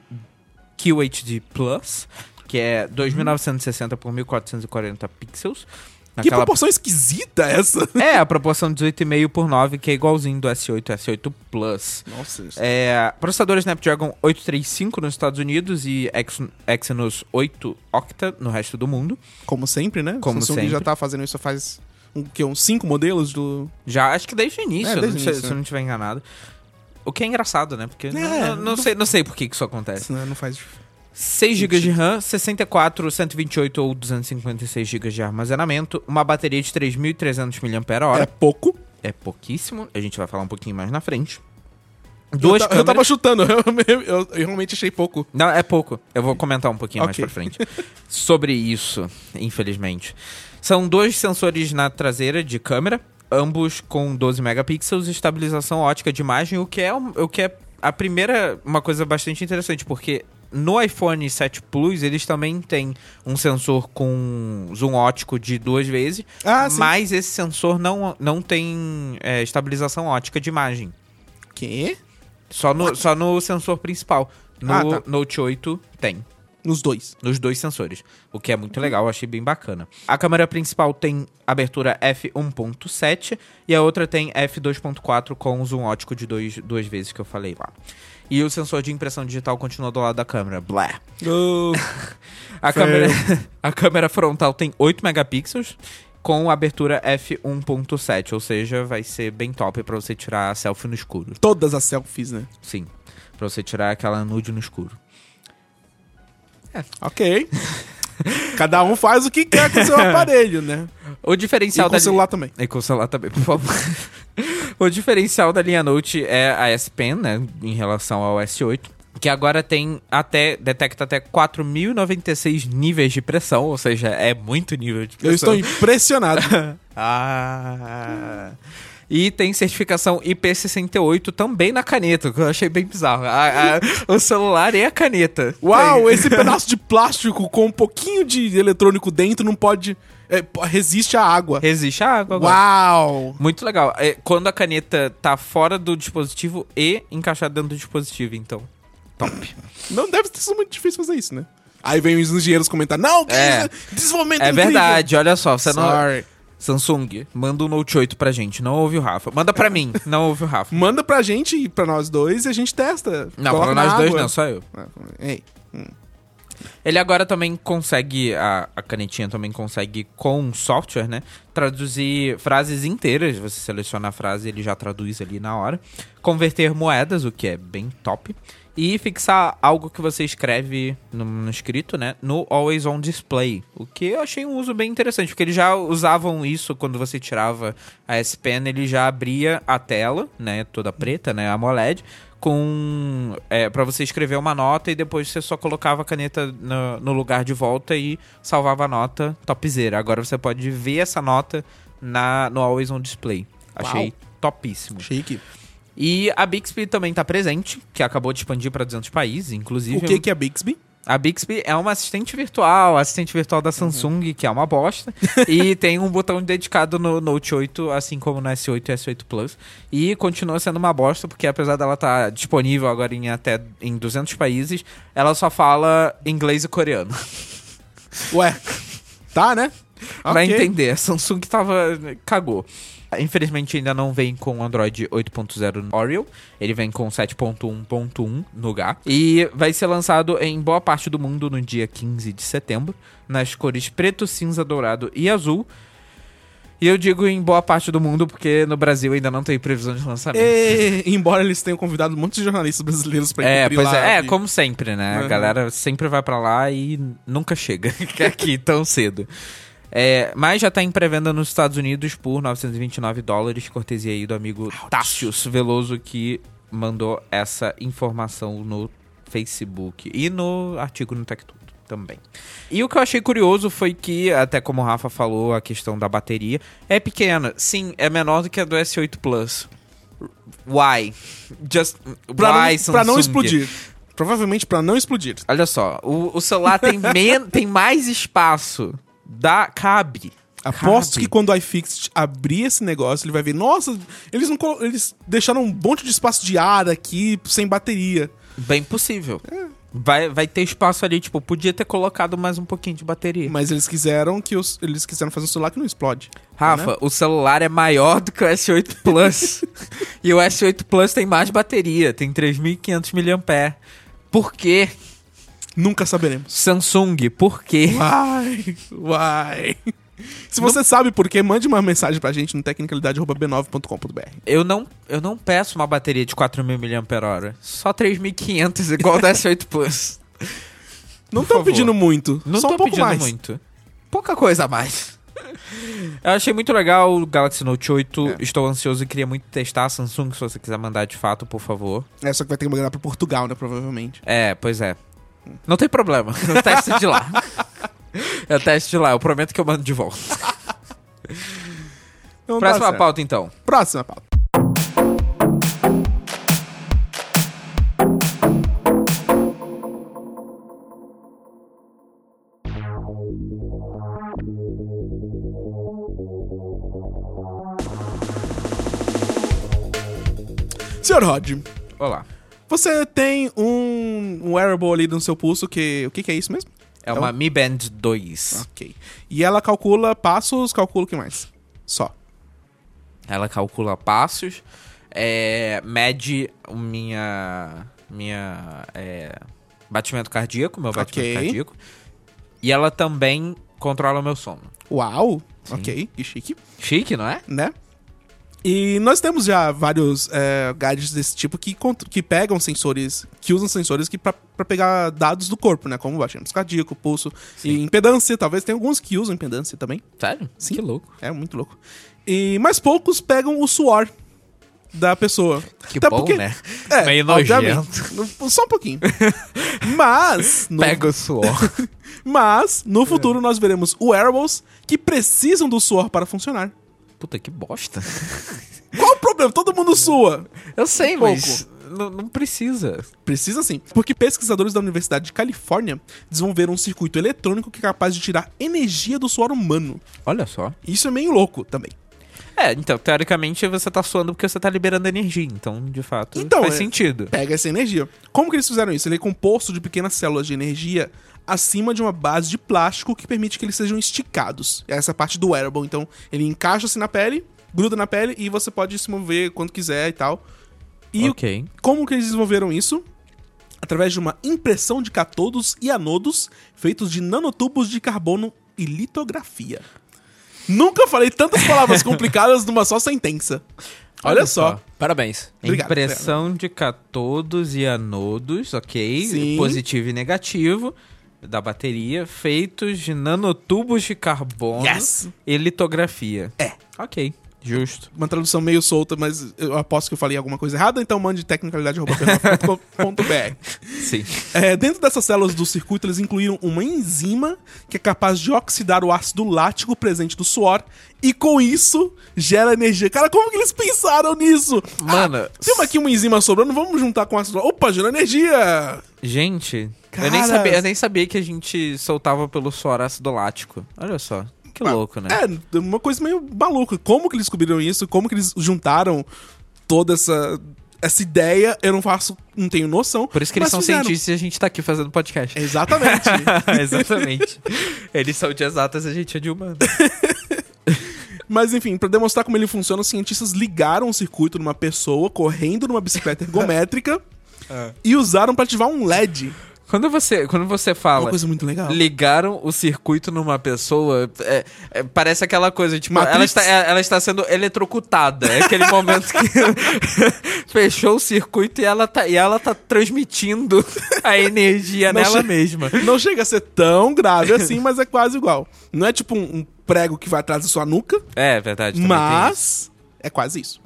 Speaker 3: QHD+, Plus, que é 2.960 por 1.440 pixels.
Speaker 2: Que
Speaker 3: Naquela-
Speaker 2: proporção esquisita essa.
Speaker 3: É, a proporção 18,5 por 9, que é igualzinho do S8 S8 Plus.
Speaker 2: Nossa, isso.
Speaker 3: É, processador Snapdragon 835 nos Estados Unidos e Exynos- Exynos 8 Octa no resto do mundo.
Speaker 2: Como sempre, né?
Speaker 3: Como
Speaker 2: Samsung
Speaker 3: sempre.
Speaker 2: já tá fazendo isso faz um, que, uns cinco modelos do.
Speaker 3: Já, acho que desde o início,
Speaker 2: É,
Speaker 3: eu
Speaker 2: desde
Speaker 3: não
Speaker 2: o
Speaker 3: sei-
Speaker 2: início,
Speaker 3: se
Speaker 2: né?
Speaker 3: eu não estiver enganado. O que é engraçado, né? Porque eu não,
Speaker 2: É,
Speaker 3: não- não
Speaker 2: não-
Speaker 3: sei, não sei por que que isso acontece.
Speaker 2: Isso, né? Não faz.
Speaker 3: 6 GB de RAM, 64, 128 ou 256 GB de armazenamento, uma bateria de 3.300
Speaker 2: É
Speaker 3: mAh,
Speaker 2: pouco.
Speaker 3: é. pouquíssimo, a gente vai falar um pouquinho mais na frente.
Speaker 2: Eu,
Speaker 3: Duas
Speaker 2: ta- eu
Speaker 3: câmeras...
Speaker 2: tava chutando, eu, eu- eu realmente achei pouco.
Speaker 3: Não, é pouco. Eu vou comentar um pouquinho mais
Speaker 2: Ok.
Speaker 3: pra frente sobre isso, infelizmente. São dois sensores na traseira de câmera, ambos com 12 megapixels e estabilização ótica de imagem, o que é um- o que é a primeira uma coisa bastante interessante, porque no iPhone 7 Plus eles também têm um sensor com zoom ótico de duas vezes,
Speaker 2: Ah, sim.
Speaker 3: mas esse sensor não, não tem é, estabilização ótica de imagem.
Speaker 2: Quê?
Speaker 3: Só no, só no sensor principal. No
Speaker 2: Ah, tá.
Speaker 3: Note 8 tem
Speaker 2: Nos dois.
Speaker 3: nos dois sensores, o que é muito legal, eu achei bem bacana. A câmera principal tem abertura f1.7 e a outra tem f2.4 com zoom ótico de dois, duas vezes que eu falei lá. E o sensor de impressão digital continua do lado da câmera. Blé. A
Speaker 2: Feio.
Speaker 3: câmera, a câmera frontal tem 8 megapixels com abertura f1.7, ou seja, vai ser bem top pra você tirar selfie no escuro.
Speaker 2: todas as selfies, né?
Speaker 3: Sim, pra você tirar aquela nude no escuro.
Speaker 2: Ok. Cada um faz o que quer com seu aparelho, né?
Speaker 3: O
Speaker 2: E
Speaker 3: diferencial
Speaker 2: com
Speaker 3: da
Speaker 2: o celular também.
Speaker 3: E com o celular também, por favor. o diferencial da linha Note é a S Pen, né? Em relação ao S8. Que agora tem até. detecta até 4.096 níveis de pressão, ou seja, é muito nível de
Speaker 2: Eu
Speaker 3: pressão.
Speaker 2: estou impressionado.
Speaker 3: Ah. E tem certificação IP68 também na caneta, o que eu achei bem bizarro. A- a- o celular e a caneta.
Speaker 2: Uau, esse pedaço de plástico com um pouquinho de eletrônico dentro não pode. é, po- resiste à água.
Speaker 3: Resiste à água agora.
Speaker 2: Uau!
Speaker 3: Muito legal. É, quando a caneta tá fora do dispositivo e encaixada dentro do dispositivo, então.
Speaker 2: É
Speaker 3: Top.
Speaker 2: Não deve ter sido muito difícil fazer isso, né? Aí vem os engenheiros comentar: Não, que
Speaker 3: É.
Speaker 2: isso, desenvolvimento
Speaker 3: É
Speaker 2: incrível."
Speaker 3: verdade, olha só, você não.
Speaker 2: Sorry.
Speaker 3: Samsung, manda o Note 8 pra gente, não ouve o Rafa. Manda pra mim, não ouve o Rafa.
Speaker 2: Manda pra gente e pra nós dois e a gente testa.
Speaker 3: Não,
Speaker 2: Coloca
Speaker 3: pra
Speaker 2: na
Speaker 3: nós dois
Speaker 2: água. Ah, é?
Speaker 3: não, só eu.
Speaker 2: Ei,
Speaker 3: Ele agora também consegue, a, a canetinha também consegue, com um software, né? Traduzir frases inteiras. Você seleciona a frase, ele já traduz ali na hora. Converter moedas, o que é bem top. E fixar algo que você escreve no, no escrito, né? No Always On Display. O que eu achei um uso bem interessante, porque eles já usavam isso quando você tirava a S Pen, ele já abria a tela, né? Toda preta, né? AMOLED com é, para você escrever uma nota e depois você só colocava a caneta no, no lugar de volta e salvava a nota topzera. Agora você pode ver essa nota na no Always on Display. Achei
Speaker 2: Uau.
Speaker 3: topíssimo.
Speaker 2: chique.
Speaker 3: E a Bixby também tá presente, que acabou de expandir para 200 países, inclusive. um
Speaker 2: O que, que é Bixby?
Speaker 3: A Bixby é uma assistente virtual, assistente virtual da Samsung, que é uma bosta. e tem um botão dedicado no Note 8, assim como no S8 e S8 Plus. E continua sendo uma bosta, porque apesar dela estar disponível agora em até em 200 países, ela só fala inglês e coreano.
Speaker 2: Ué, tá, né?
Speaker 3: Pra
Speaker 2: Ok. né?
Speaker 3: entender, a Samsung tava... cagou. Infelizmente ainda não vem com o Android 8.0 Oreo, ele vem com 7.1.1 no lugar. E vai ser lançado em boa parte do mundo no dia 15 de setembro, nas cores preto, cinza, dourado e azul. E eu digo em boa parte do mundo, porque no Brasil ainda não tem previsão de lançamento.
Speaker 2: E, embora eles tenham convidado um monte de jornalistas brasileiros pra
Speaker 3: É,
Speaker 2: cobrir
Speaker 3: pois
Speaker 2: lá,
Speaker 3: é. É,
Speaker 2: e-
Speaker 3: como sempre, né? A
Speaker 2: Uhum.
Speaker 3: galera sempre vai pra lá e nunca chega é aqui tão cedo. É, mas já tá em pré-venda nos Estados Unidos por 929 dólares, cortesia aí do amigo Tácius Veloso, que mandou essa informação no Facebook e no artigo no Tech Tudo também. E o que eu achei curioso foi que, até como o Rafa falou, a questão da bateria é pequena. Sim, é menor do que a do S8 Plus. Why? Just
Speaker 2: Pra,
Speaker 3: why
Speaker 2: não, pra não
Speaker 3: Samsung?
Speaker 2: explodir. Provavelmente pra não explodir.
Speaker 3: Olha só, o, o celular tem, men tem mais espaço. Dá, cabe.
Speaker 2: Aposto
Speaker 3: Cabe.
Speaker 2: que quando o iFixit abrir esse negócio, ele vai ver, nossa, eles não colo- eles deixaram um monte de espaço de ar aqui sem bateria.
Speaker 3: Bem possível. Vai, vai ter espaço ali, tipo, podia ter colocado mais um pouquinho de bateria.
Speaker 2: Mas eles quiseram que os, eles quiseram fazer um celular que não explode.
Speaker 3: Rafa, o celular é maior do que o S8 Plus. e o S8 Plus tem mais bateria, tem 3.500 mAh. Por quê?
Speaker 2: Nunca saberemos.
Speaker 3: Samsung, por quê?
Speaker 2: Uai, uai. Se você sabe por quê, mande uma mensagem pra gente no tecnicalidade.b9.com.br.
Speaker 3: Eu não, eu não peço uma bateria de 4.000 mAh, só 3.500 igual do S8 Plus.
Speaker 2: Não
Speaker 3: Por
Speaker 2: estão
Speaker 3: favor.
Speaker 2: pedindo muito.
Speaker 3: Não
Speaker 2: só
Speaker 3: tô
Speaker 2: um pouco
Speaker 3: pedindo
Speaker 2: mais.
Speaker 3: muito. Pouca coisa a mais. Eu achei muito legal o Galaxy Note 8. Estou ansioso e queria muito testar a Samsung, se você quiser mandar de fato, por favor.
Speaker 2: É, só que vai ter que mandar pra Portugal, né? Provavelmente.
Speaker 3: É, pois é. Não tem problema. Eu testo de lá. Eu testo de lá. Eu prometo que eu mando de volta.
Speaker 2: Então, tá
Speaker 3: Próxima
Speaker 2: certo.
Speaker 3: pauta, então.
Speaker 2: Próxima pauta. Senhor Rod,
Speaker 3: Olá.
Speaker 2: você tem um wearable ali no seu pulso que. O que, que é isso mesmo?
Speaker 3: É uma Mi Band 2.
Speaker 2: Ok. E ela calcula passos, calcula o que mais? Só.
Speaker 3: Ela calcula passos, é, mede o minha minha é, batimento cardíaco, meu batimento
Speaker 2: Ok.
Speaker 3: cardíaco. E ela também controla o meu sono.
Speaker 2: Uau! Ok, que chique.
Speaker 3: Chique, não é?
Speaker 2: né? E nós temos já vários é, gadgets desse tipo que, contr- que pegam sensores, que usam sensores que para pegar dados do corpo, né? Como batimento cardíaco, pulso e impedância. Talvez tem alguns que usam impedância também.
Speaker 3: Sério?
Speaker 2: Sim.
Speaker 3: Que louco.
Speaker 2: É muito louco. E mais poucos pegam o suor da pessoa.
Speaker 3: Que
Speaker 2: Até Tá,
Speaker 3: bom,
Speaker 2: porque-
Speaker 3: né?
Speaker 2: É,
Speaker 3: Meio
Speaker 2: obviamente. Só um pouquinho. Mas, no,
Speaker 3: Pega É. o suor.
Speaker 2: mas, no futuro nós veremos wearables que precisam do suor para funcionar.
Speaker 3: Puta, que bosta.
Speaker 2: Qual o problema? Todo mundo sua.
Speaker 3: Eu sei,
Speaker 2: pouco.
Speaker 3: mas n- não precisa.
Speaker 2: Precisa sim, porque pesquisadores da Universidade de Califórnia desenvolveram um circuito eletrônico que é capaz de tirar energia do suor humano.
Speaker 3: Olha só.
Speaker 2: Isso é meio louco também.
Speaker 3: É, então, teoricamente você tá suando porque você tá liberando energia. Então, de fato,
Speaker 2: Então,
Speaker 3: faz
Speaker 2: é-
Speaker 3: sentido.
Speaker 2: Pega essa energia. Como que eles fizeram isso? Ele é composto de pequenas células de energia acima de uma base de plástico que permite que eles sejam esticados. Essa é a parte do wearable. Então, ele encaixa-se na pele, gruda na pele e você pode se mover quando quiser e tal. E o
Speaker 3: ok.
Speaker 2: Como que eles desenvolveram isso? Através de uma impressão de catodos e anodos feitos de nanotubos de carbono e litografia. Nunca falei tantas palavras complicadas numa só sentença. Olha, só.
Speaker 4: Parabéns.
Speaker 2: Obrigado,
Speaker 3: Impressão de catodos e anodos, ok?
Speaker 2: Sim.
Speaker 3: Positivo e negativo da bateria, feitos de nanotubos de carbono
Speaker 2: Yes!
Speaker 3: e litografia. É. Ok, justo.
Speaker 2: Uma tradução meio solta, mas eu aposto que eu falei alguma coisa errada, então mande tecnicalidade.com.br.
Speaker 3: Sim.
Speaker 2: É, dentro dessas células do circuito, eles incluíram uma enzima que é capaz de oxidar o ácido lático presente do suor e com isso gera energia. Cara, como que eles pensaram nisso?
Speaker 3: Mano,
Speaker 2: Ah, temos aqui uma enzima sobrando, vamos juntar com ácido lático. Opa, gerou energia!
Speaker 3: Gente, eu,
Speaker 2: Cara-
Speaker 3: nem sabia, eu nem sabia que a gente soltava pelo suor ácido lático. Olha só, que louco, né?
Speaker 2: É, uma coisa meio maluca. Como que eles descobriram isso? Como que eles juntaram toda essa, essa ideia? Eu não faço, não tenho noção.
Speaker 3: Por isso que eles
Speaker 2: mas
Speaker 3: são
Speaker 2: fizeram.
Speaker 3: cientistas e a gente tá aqui fazendo podcast.
Speaker 2: Exatamente.
Speaker 3: Exatamente. eles são de exatas, a gente é de humanas.
Speaker 2: Mas enfim, pra demonstrar como ele funciona, os cientistas ligaram o circuito numa pessoa correndo numa bicicleta ergométrica
Speaker 3: É.
Speaker 2: e usaram pra ativar um LED.
Speaker 3: Quando você, quando você
Speaker 2: Uma
Speaker 3: fala.
Speaker 2: coisa muito legal.
Speaker 3: Ligaram o circuito numa pessoa. é- é- parece aquela coisa, tipo,
Speaker 2: Matrix.
Speaker 3: ela está, é- ela está sendo eletrocutada. É aquele momento que fechou o circuito e ela tá, e ela tá transmitindo a energia
Speaker 2: Não
Speaker 3: nela
Speaker 2: che-
Speaker 3: mesma.
Speaker 2: Não chega a ser tão grave assim, mas é quase igual. Não é tipo um, um prego que vai atrás da sua nuca,
Speaker 3: É verdade. também tem isso.
Speaker 2: mas é quase isso.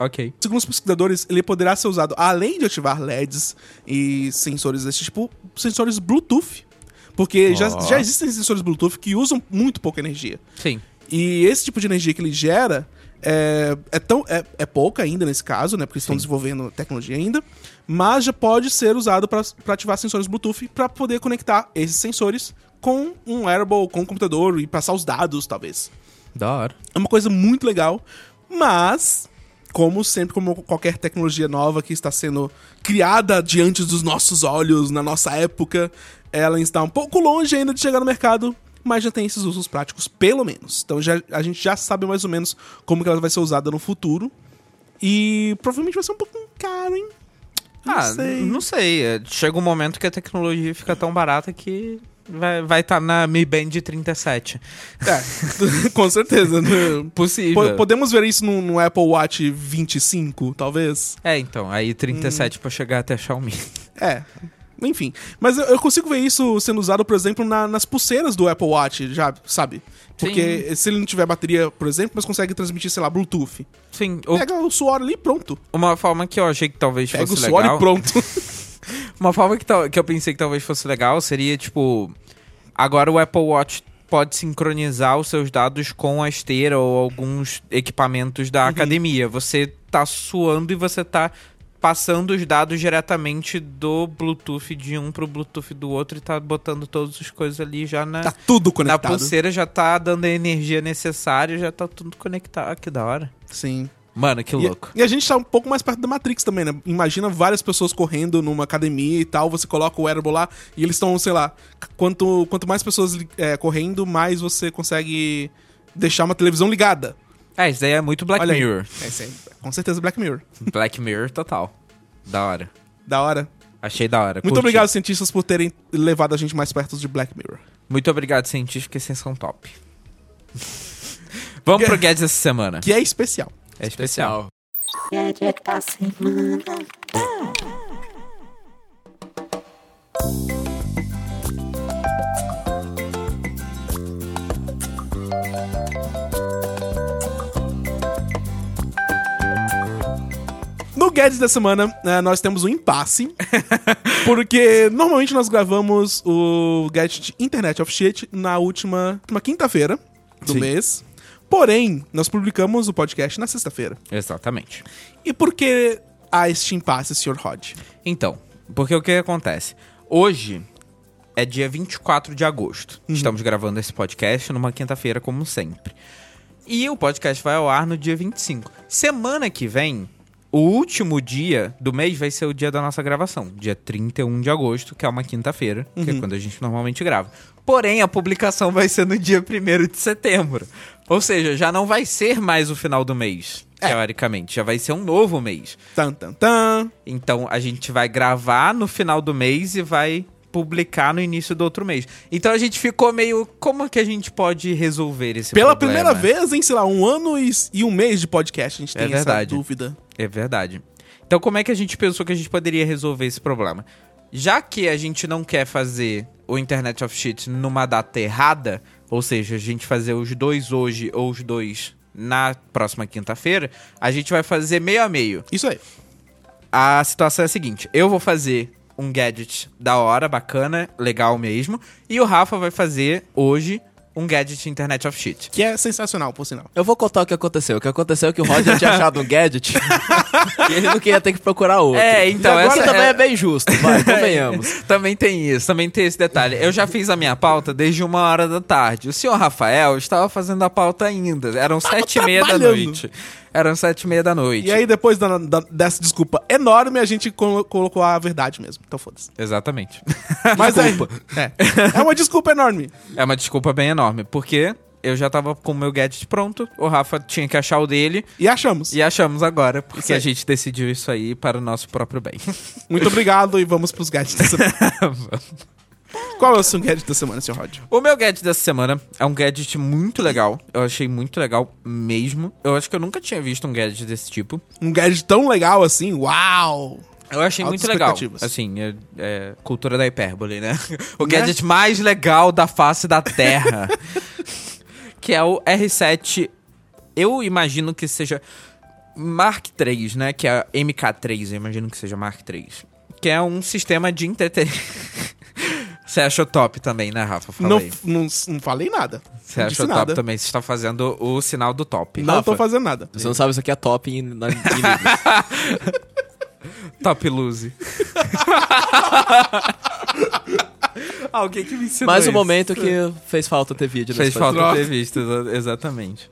Speaker 3: Ok.
Speaker 2: Segundo os pesquisadores, ele poderá ser usado, além de ativar LEDs e sensores desse tipo, sensores Bluetooth. Porque já,
Speaker 3: Ó.
Speaker 2: já existem sensores Bluetooth que usam muito pouca energia.
Speaker 3: Sim.
Speaker 2: E esse tipo de energia que ele gera é, é, tão, é, é pouca ainda nesse caso, né? Porque estão desenvolvendo tecnologia ainda. Mas já pode ser usado para ativar sensores Bluetooth para poder conectar esses sensores com um wearable, com um computador e passar os dados, talvez.
Speaker 3: Da hora.
Speaker 2: É uma coisa muito legal, mas, como sempre, como qualquer tecnologia nova que está sendo criada diante dos nossos olhos, na nossa época, ela está um pouco longe ainda de chegar no mercado, mas já tem esses usos práticos, pelo menos. Então já, a gente já sabe mais ou menos como que ela vai ser usada no futuro. E provavelmente vai ser um pouquinho caro, hein? Não
Speaker 3: ah,
Speaker 2: sei.
Speaker 3: n- não sei. É, Chega um momento que a tecnologia fica tão barata que vai estar vai tá na Mi Band 37.
Speaker 2: É, com certeza. né?
Speaker 3: Possível.
Speaker 2: Po- Podemos ver isso no, no Apple Watch 25, talvez?
Speaker 3: É, então, aí
Speaker 2: Hum.
Speaker 3: 37 pra chegar até Xiaomi.
Speaker 2: É. Enfim. Mas eu, eu consigo ver isso sendo usado, por exemplo, na- nas pulseiras do Apple Watch, já, sabe? Porque se ele não tiver bateria, por exemplo, mas consegue transmitir, sei lá, Bluetooth.
Speaker 3: Sim, o-
Speaker 2: Pega o suor ali e pronto.
Speaker 3: uma forma que eu achei que talvez
Speaker 2: Pega o
Speaker 3: fosse
Speaker 2: suor
Speaker 3: legal.
Speaker 2: e pronto.
Speaker 3: Uma forma que, tal- que eu pensei que talvez fosse legal seria, tipo, agora o Apple Watch pode sincronizar os seus dados com a esteira ou alguns equipamentos da academia. Você tá suando e você tá passando os dados diretamente do Bluetooth de um pro Bluetooth do outro e tá botando todas as coisas ali já na,
Speaker 2: tá tudo
Speaker 3: na
Speaker 2: conectado.
Speaker 3: pulseira, já tá dando a energia necessária, já tá tudo conectado. Ah, que da hora.
Speaker 2: Sim.
Speaker 3: Mano, que
Speaker 2: E-
Speaker 3: louco.
Speaker 2: E, a gente tá um pouco mais perto da Matrix também, né? Imagina várias pessoas correndo numa academia e tal, você coloca o wearable lá e eles estão, sei lá, c- quanto, quanto mais pessoas li- é, correndo, mais você consegue deixar uma televisão ligada.
Speaker 3: É, isso daí é muito Black
Speaker 2: Olha aí.
Speaker 3: Mirror.
Speaker 2: É, isso aí. com certeza Black Mirror.
Speaker 3: Black Mirror total. Da hora.
Speaker 2: Da hora.
Speaker 3: Achei da hora.
Speaker 2: Muito
Speaker 3: curti.
Speaker 2: obrigado, cientistas, por terem levado a gente mais perto de Black Mirror.
Speaker 3: Muito obrigado, científico, que vocês são top. Vamos pro Guedes essa semana.
Speaker 2: Que é especial.
Speaker 3: É especial.
Speaker 5: Gadget da semana.
Speaker 2: No Guedes da semana, eh, nós temos um impasse. porque normalmente nós gravamos o Gadget Internet of Shit na última, última quinta-feira do
Speaker 3: Sim.
Speaker 2: mês. Porém, nós publicamos o podcast na sexta-feira.
Speaker 3: Exatamente.
Speaker 2: E por que há este impasse, Sr. Rod?
Speaker 3: Então, porque o que acontece? Hoje é dia 24 de agosto. Estamos gravando esse podcast numa quinta-feira, como sempre. E o podcast vai ao ar no dia 25. Semana que vem, o último dia do mês vai ser o dia da nossa gravação, dia 31 de agosto, que é uma quinta-feira, que é quando a gente normalmente grava. Porém, a publicação vai ser no dia 1 de setembro. Ou seja, já não vai ser mais o final do mês, teoricamente. Já vai ser um novo mês.
Speaker 2: Tan, tan, tan.
Speaker 3: Então a gente vai gravar no final do mês e vai publicar no início do outro mês. Então a gente ficou meio. Como que a gente pode resolver esse
Speaker 2: Pela
Speaker 3: problema?
Speaker 2: primeira vez em, sei lá, um ano e, e um mês de podcast, a gente
Speaker 3: É
Speaker 2: tem essa
Speaker 3: verdade.
Speaker 2: dúvida.
Speaker 3: É verdade. Então como é que a gente pensou que a gente poderia resolver esse problema? Já que a gente não quer fazer o Internet of Shit numa data errada, ou seja, a gente fazer os dois hoje ou os dois na próxima quinta-feira, a gente vai fazer meio a meio.
Speaker 2: Isso aí.
Speaker 3: A situação é a seguinte: eu vou fazer um gadget da hora, bacana, legal mesmo, e o Rafa vai fazer hoje um gadget Internet of Shit.
Speaker 2: Que é sensacional, por sinal.
Speaker 4: Eu vou contar o que aconteceu. O que aconteceu é que o Roger tinha achado um gadget e ele não queria ter que procurar outro.
Speaker 3: É, então,
Speaker 4: E agora
Speaker 3: essa
Speaker 4: também
Speaker 3: é-
Speaker 4: é... bem justo, vai, convenhamos.
Speaker 3: também tem isso, também tem esse detalhe. Eu já fiz a minha pauta desde uma hora da tarde. O senhor Rafael estava fazendo a pauta ainda. Eram sete e meia da
Speaker 2: trabalhando.
Speaker 3: noite. Eram sete e meia da noite.
Speaker 2: E aí, depois da- da- dessa desculpa enorme, a gente colo- colocou a verdade mesmo. Então foda-se.
Speaker 3: Exatamente.
Speaker 2: Mas aí-
Speaker 4: Desculpa.
Speaker 2: é, é uma desculpa enorme.
Speaker 3: É uma desculpa bem enorme, porque eu já tava com o meu gadget pronto, o Rafa tinha que achar o dele
Speaker 2: E achamos.
Speaker 3: e achamos agora,
Speaker 2: Isso
Speaker 3: porque
Speaker 2: aí.
Speaker 3: a gente decidiu isso aí para o nosso próprio bem.
Speaker 2: Muito obrigado e vamos pros gadgets. Qual é o seu gadget da semana, seu Rod?
Speaker 3: o meu gadget dessa semana é um gadget muito legal, eu achei muito legal mesmo. Eu acho que eu nunca tinha visto um gadget desse tipo.
Speaker 2: Um gadget tão legal assim, uau!
Speaker 3: Eu achei
Speaker 2: Altas
Speaker 3: muito legal.
Speaker 2: expectativas.
Speaker 3: Assim, é, é cultura da hipérbole, né? O gadget mais legal da face da Terra. que é o R7. Eu imagino que seja Mark III, né? Que é MK3, eu imagino que seja Mark III. Que é um sistema de entretenimento. Você achou top também, né, Rafa? Fala
Speaker 2: Não,
Speaker 3: aí.
Speaker 2: não, não falei nada.
Speaker 3: Você
Speaker 2: não
Speaker 3: achou top
Speaker 2: nada.
Speaker 3: também. Você está fazendo o sinal do top.
Speaker 2: Não tô
Speaker 4: Rafa.
Speaker 2: fazendo nada.
Speaker 4: Você não sabe, isso aqui é top em, na, em livros.
Speaker 3: Top lose. Alguém que me ensinou é
Speaker 4: Mas o
Speaker 3: isso.
Speaker 4: um
Speaker 2: um
Speaker 4: momento que fez falta ter vídeo. nesse
Speaker 3: Fez falta
Speaker 2: podcast.
Speaker 3: ter visto, exa- exatamente.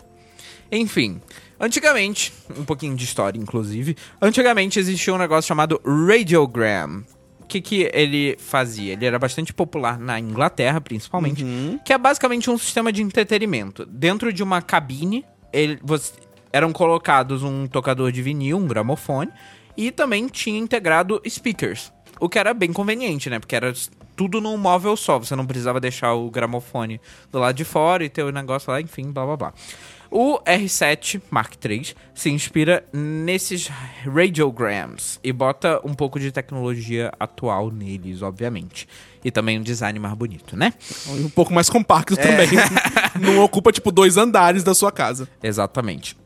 Speaker 3: Enfim, antigamente, um pouquinho de história, inclusive. Antigamente existia um negócio chamado Radiogram. O que, que ele fazia? Ele era bastante popular na Inglaterra, principalmente,
Speaker 2: Uhum.
Speaker 3: que é basicamente um sistema de entretenimento. Dentro de uma cabine, ele- você- eram colocados um tocador de vinil, um gramofone, e também tinha integrado speakers. O que era bem conveniente, né? Porque era s- tudo num móvel só. Você não precisava deixar o gramofone do lado de fora e ter o negócio lá, enfim, blá blá blá. O R7 Mark III se inspira nesses radiograms e bota um pouco de tecnologia atual neles, obviamente. E também um design mais bonito, né?
Speaker 2: Um pouco mais compacto
Speaker 3: É.
Speaker 2: também. não ocupa, tipo, dois andares da sua casa.
Speaker 3: Exatamente.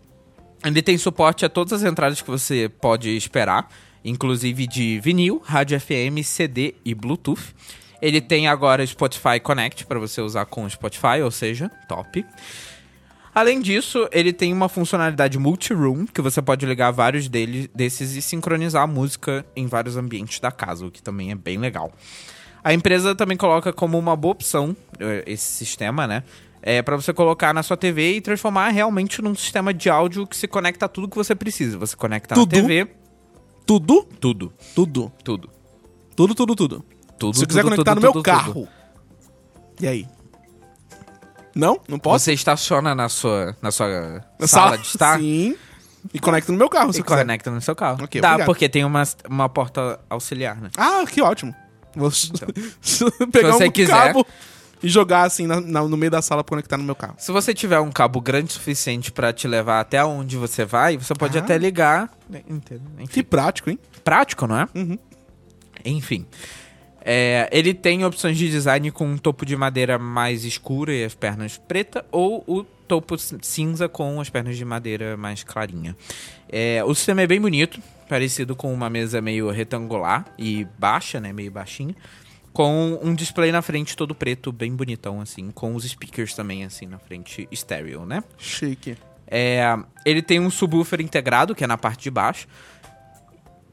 Speaker 3: Ele tem suporte a todas as entradas que você pode esperar, inclusive de vinil, rádio FM, CD e Bluetooth. Ele tem agora Spotify Connect para você usar com o Spotify, ou seja, top. Além disso, ele tem uma funcionalidade multi-room, que você pode ligar vários deles, desses e sincronizar a música em vários ambientes da casa, o que também é bem legal. A empresa também coloca como uma boa opção eh, esse sistema, né? É para você colocar na sua TV e transformar realmente num sistema de áudio que se conecta a tudo que você precisa. Você conecta
Speaker 2: Tudo?
Speaker 3: na TV,
Speaker 2: Tudo,
Speaker 3: tudo,
Speaker 2: tudo,
Speaker 3: tudo,
Speaker 2: tudo, tudo, tudo.
Speaker 3: tudo.
Speaker 2: Se eu quiser
Speaker 3: tudo,
Speaker 2: conectar
Speaker 3: tudo,
Speaker 2: no meu
Speaker 3: tudo, tudo.
Speaker 2: carro. E aí? Não? Não posso?
Speaker 3: você estaciona na sua na sua sala de estar.
Speaker 2: Sim. E conecta no meu carro, se
Speaker 3: E
Speaker 2: eu quiser.
Speaker 3: conecta no seu carro.
Speaker 2: Ok,
Speaker 3: Dá,
Speaker 2: obrigado.
Speaker 3: porque tem uma, uma porta auxiliar, né?
Speaker 2: Ah, que ótimo. Vou pegar
Speaker 3: Então. você
Speaker 2: um
Speaker 3: quiser.
Speaker 2: cabo e jogar assim na- na- no meio da sala pra conectar no meu carro.
Speaker 3: Se você tiver um cabo grande o suficiente pra te levar até onde você vai, você pode
Speaker 2: Ah.
Speaker 3: até ligar. Tipo Entendo.
Speaker 2: Que
Speaker 3: Enfim,
Speaker 2: prático, hein?
Speaker 3: prático, não é?
Speaker 2: Uhum.
Speaker 3: Enfim. É, ele tem opções de design com um topo de madeira mais escura e as pernas preta, ou o topo cin- cinza com as pernas de madeira mais clarinha. É, o sistema é bem bonito, parecido com uma mesa meio retangular e baixa, né? Meio baixinha. Com um display na frente todo preto, bem bonitão, assim, com os speakers também, assim, na frente, estéreo, né?
Speaker 2: Chique.
Speaker 3: É, ele tem um subwoofer integrado, que é na parte de baixo.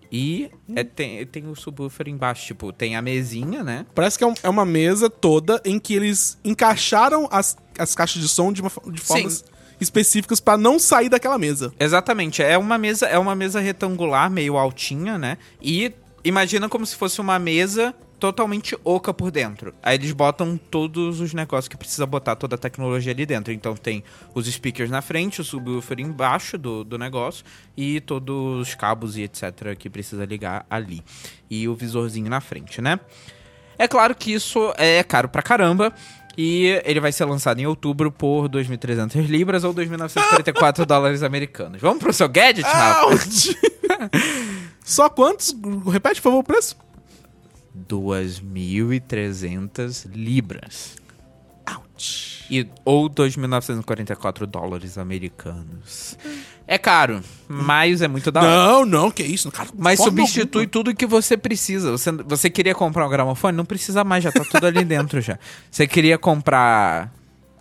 Speaker 3: E é, tem, tem o subwoofer embaixo, tipo, tem a mesinha, né?
Speaker 2: Parece que é, um- é uma mesa toda em que eles encaixaram as, as caixas de som de, uma, fo- de formas
Speaker 3: Sim.
Speaker 2: específicas pra não sair daquela mesa.
Speaker 3: Exatamente, é uma mesa, é uma mesa retangular, meio altinha, né? E imagina como se fosse uma mesa totalmente oca por dentro. Aí eles botam todos os negócios que precisa botar toda a tecnologia ali dentro. Então tem os speakers na frente, o subwoofer embaixo do, do negócio e todos os cabos e etc que precisa ligar ali. E o visorzinho na frente, né? É claro que isso é caro pra caramba. E ele vai ser lançado em outubro por 2.300 libras ou 2.944 dólares americanos. Vamos pro seu gadget, Rafa?
Speaker 2: Out! Só quantos? Repete, por favor, o preço.
Speaker 3: 2.300 libras. E, ou 2.944 dólares americanos. É caro, mas é muito da hora.
Speaker 2: Não, não, que isso, cara.
Speaker 3: Mas
Speaker 2: forma
Speaker 3: substitui tudo que você precisa. Você, você queria comprar um gramofone? Não precisa mais, já tá tudo ali dentro já. Você queria comprar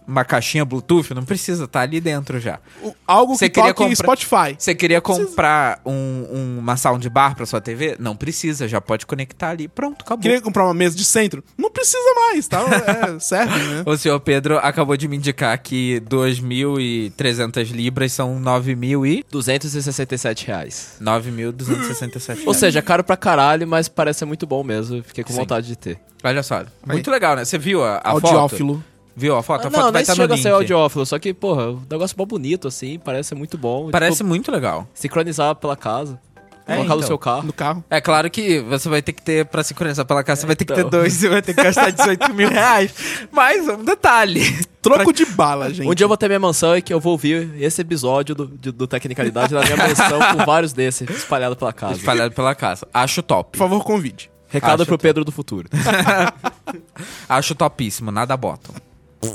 Speaker 3: uma caixinha Bluetooth? Não precisa, tá ali dentro já.
Speaker 2: alguma. O- Algo
Speaker 3: Você
Speaker 2: que
Speaker 3: queria
Speaker 2: toque comprar...
Speaker 3: comprar-
Speaker 2: Spotify.
Speaker 3: Você queria comprar um- um- uma soundbar pra sua TV? Não precisa, já pode conectar ali. Pronto, acabou.
Speaker 2: Queria comprar uma mesa de centro? Não precisa mais, tá? É, serve, né?
Speaker 3: O senhor Pedro acabou de me indicar que 2.300 libras são 9.000 e...
Speaker 4: Spotify. 267 reais.
Speaker 3: 9.267
Speaker 4: Ou seja, é caro pra caralho, mas parece ser muito bom mesmo. Fiquei com
Speaker 3: Sim.
Speaker 4: vontade de ter.
Speaker 3: Olha só, muito legal, né? Você viu a, a foto?
Speaker 2: Audiófilo.
Speaker 3: Viu? A foto, a foto
Speaker 4: não,
Speaker 3: Ah, tá, vai
Speaker 4: nem
Speaker 3: estar no
Speaker 4: chega a
Speaker 3: link.
Speaker 4: ser audiófilo, só que, porra, um negócio mó bonito, assim, parece ser muito bom.
Speaker 3: Parece
Speaker 4: Tipo,
Speaker 3: muito legal.
Speaker 4: sincronizar pela casa,
Speaker 3: É,
Speaker 4: colocar no
Speaker 3: então.
Speaker 4: seu carro.
Speaker 2: No carro.
Speaker 3: É claro que você vai ter que ter, pra sincronizar pela casa, você vai ter que ter
Speaker 4: então.
Speaker 3: dois, você vai ter que gastar 18 mil reais. Mas um detalhe.
Speaker 2: Troco de bala, gente.
Speaker 4: Um dia eu vou ter minha mansão e que eu vou ouvir esse episódio do, de- do Tecnicalidade na minha mansão com vários desses espalhados pela casa.
Speaker 3: Espalhado pela casa. Acho
Speaker 2: Por
Speaker 3: top.
Speaker 2: favor, convide.
Speaker 4: Recado
Speaker 3: Acho
Speaker 4: pro
Speaker 3: que-
Speaker 4: Pedro do futuro.
Speaker 3: Acho topíssimo, nada bota.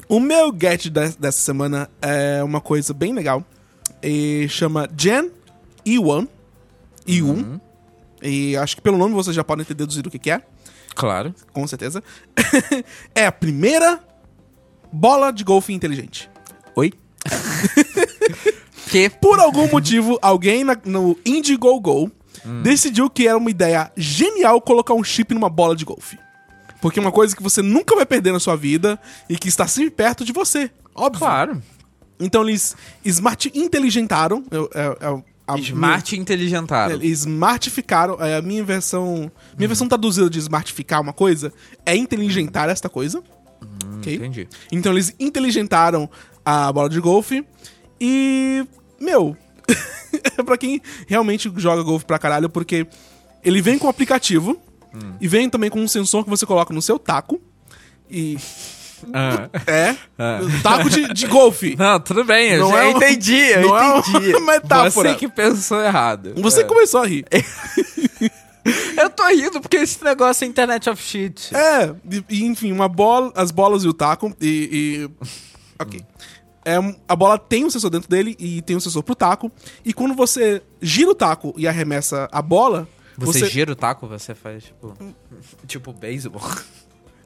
Speaker 2: O meu get de- dessa semana é uma coisa bem legal. E chama Gen E1. E1.
Speaker 3: Uhum.
Speaker 2: E acho que pelo nome vocês já podem ter deduzido o que, que é,
Speaker 3: Claro.
Speaker 2: com certeza. é a primeira bola de golfe inteligente.
Speaker 3: Oi? que?
Speaker 2: Por algum motivo, alguém na- no Indiegogo decidiu que era uma ideia genial colocar um chip numa bola de golfe. Porque é uma coisa que você nunca vai perder na sua vida e que está sempre perto de você. Óbvio.
Speaker 3: Claro.
Speaker 2: Então eles smart inteligentaram. Eu, eu- eu- a
Speaker 3: Smart e inteligentado.
Speaker 2: minha- é, smartificaram. é, a minha versão. Minha versão traduzida de smartificar uma coisa é inteligentar esta coisa. ok?
Speaker 3: Entendi.
Speaker 2: Então eles inteligentaram a bola de golfe e. Meu. é pra quem realmente joga golfe pra caralho, porque ele vem com o aplicativo e vem também com um sensor que você coloca no seu taco. E. É. Taco de, de golfe.
Speaker 3: Não, tudo bem, eu
Speaker 2: Não
Speaker 3: já
Speaker 2: é um-
Speaker 3: entendi, eu
Speaker 2: não é uma
Speaker 3: entendi.
Speaker 2: metáfora.
Speaker 3: Você que pensou errado.
Speaker 2: Você
Speaker 3: É.
Speaker 2: começou a rir.
Speaker 3: Eu tô rindo porque esse negócio é Internet of Shit.
Speaker 2: É, e- e, enfim, uma bola, as bolas e o taco e, e- ok. É, um- a bola tem um sensor dentro dele e tem um sensor pro taco. E quando você gira o taco e arremessa a bola,
Speaker 3: Você,
Speaker 2: você,
Speaker 3: gira o taco, você faz tipo. Tipo beisebol.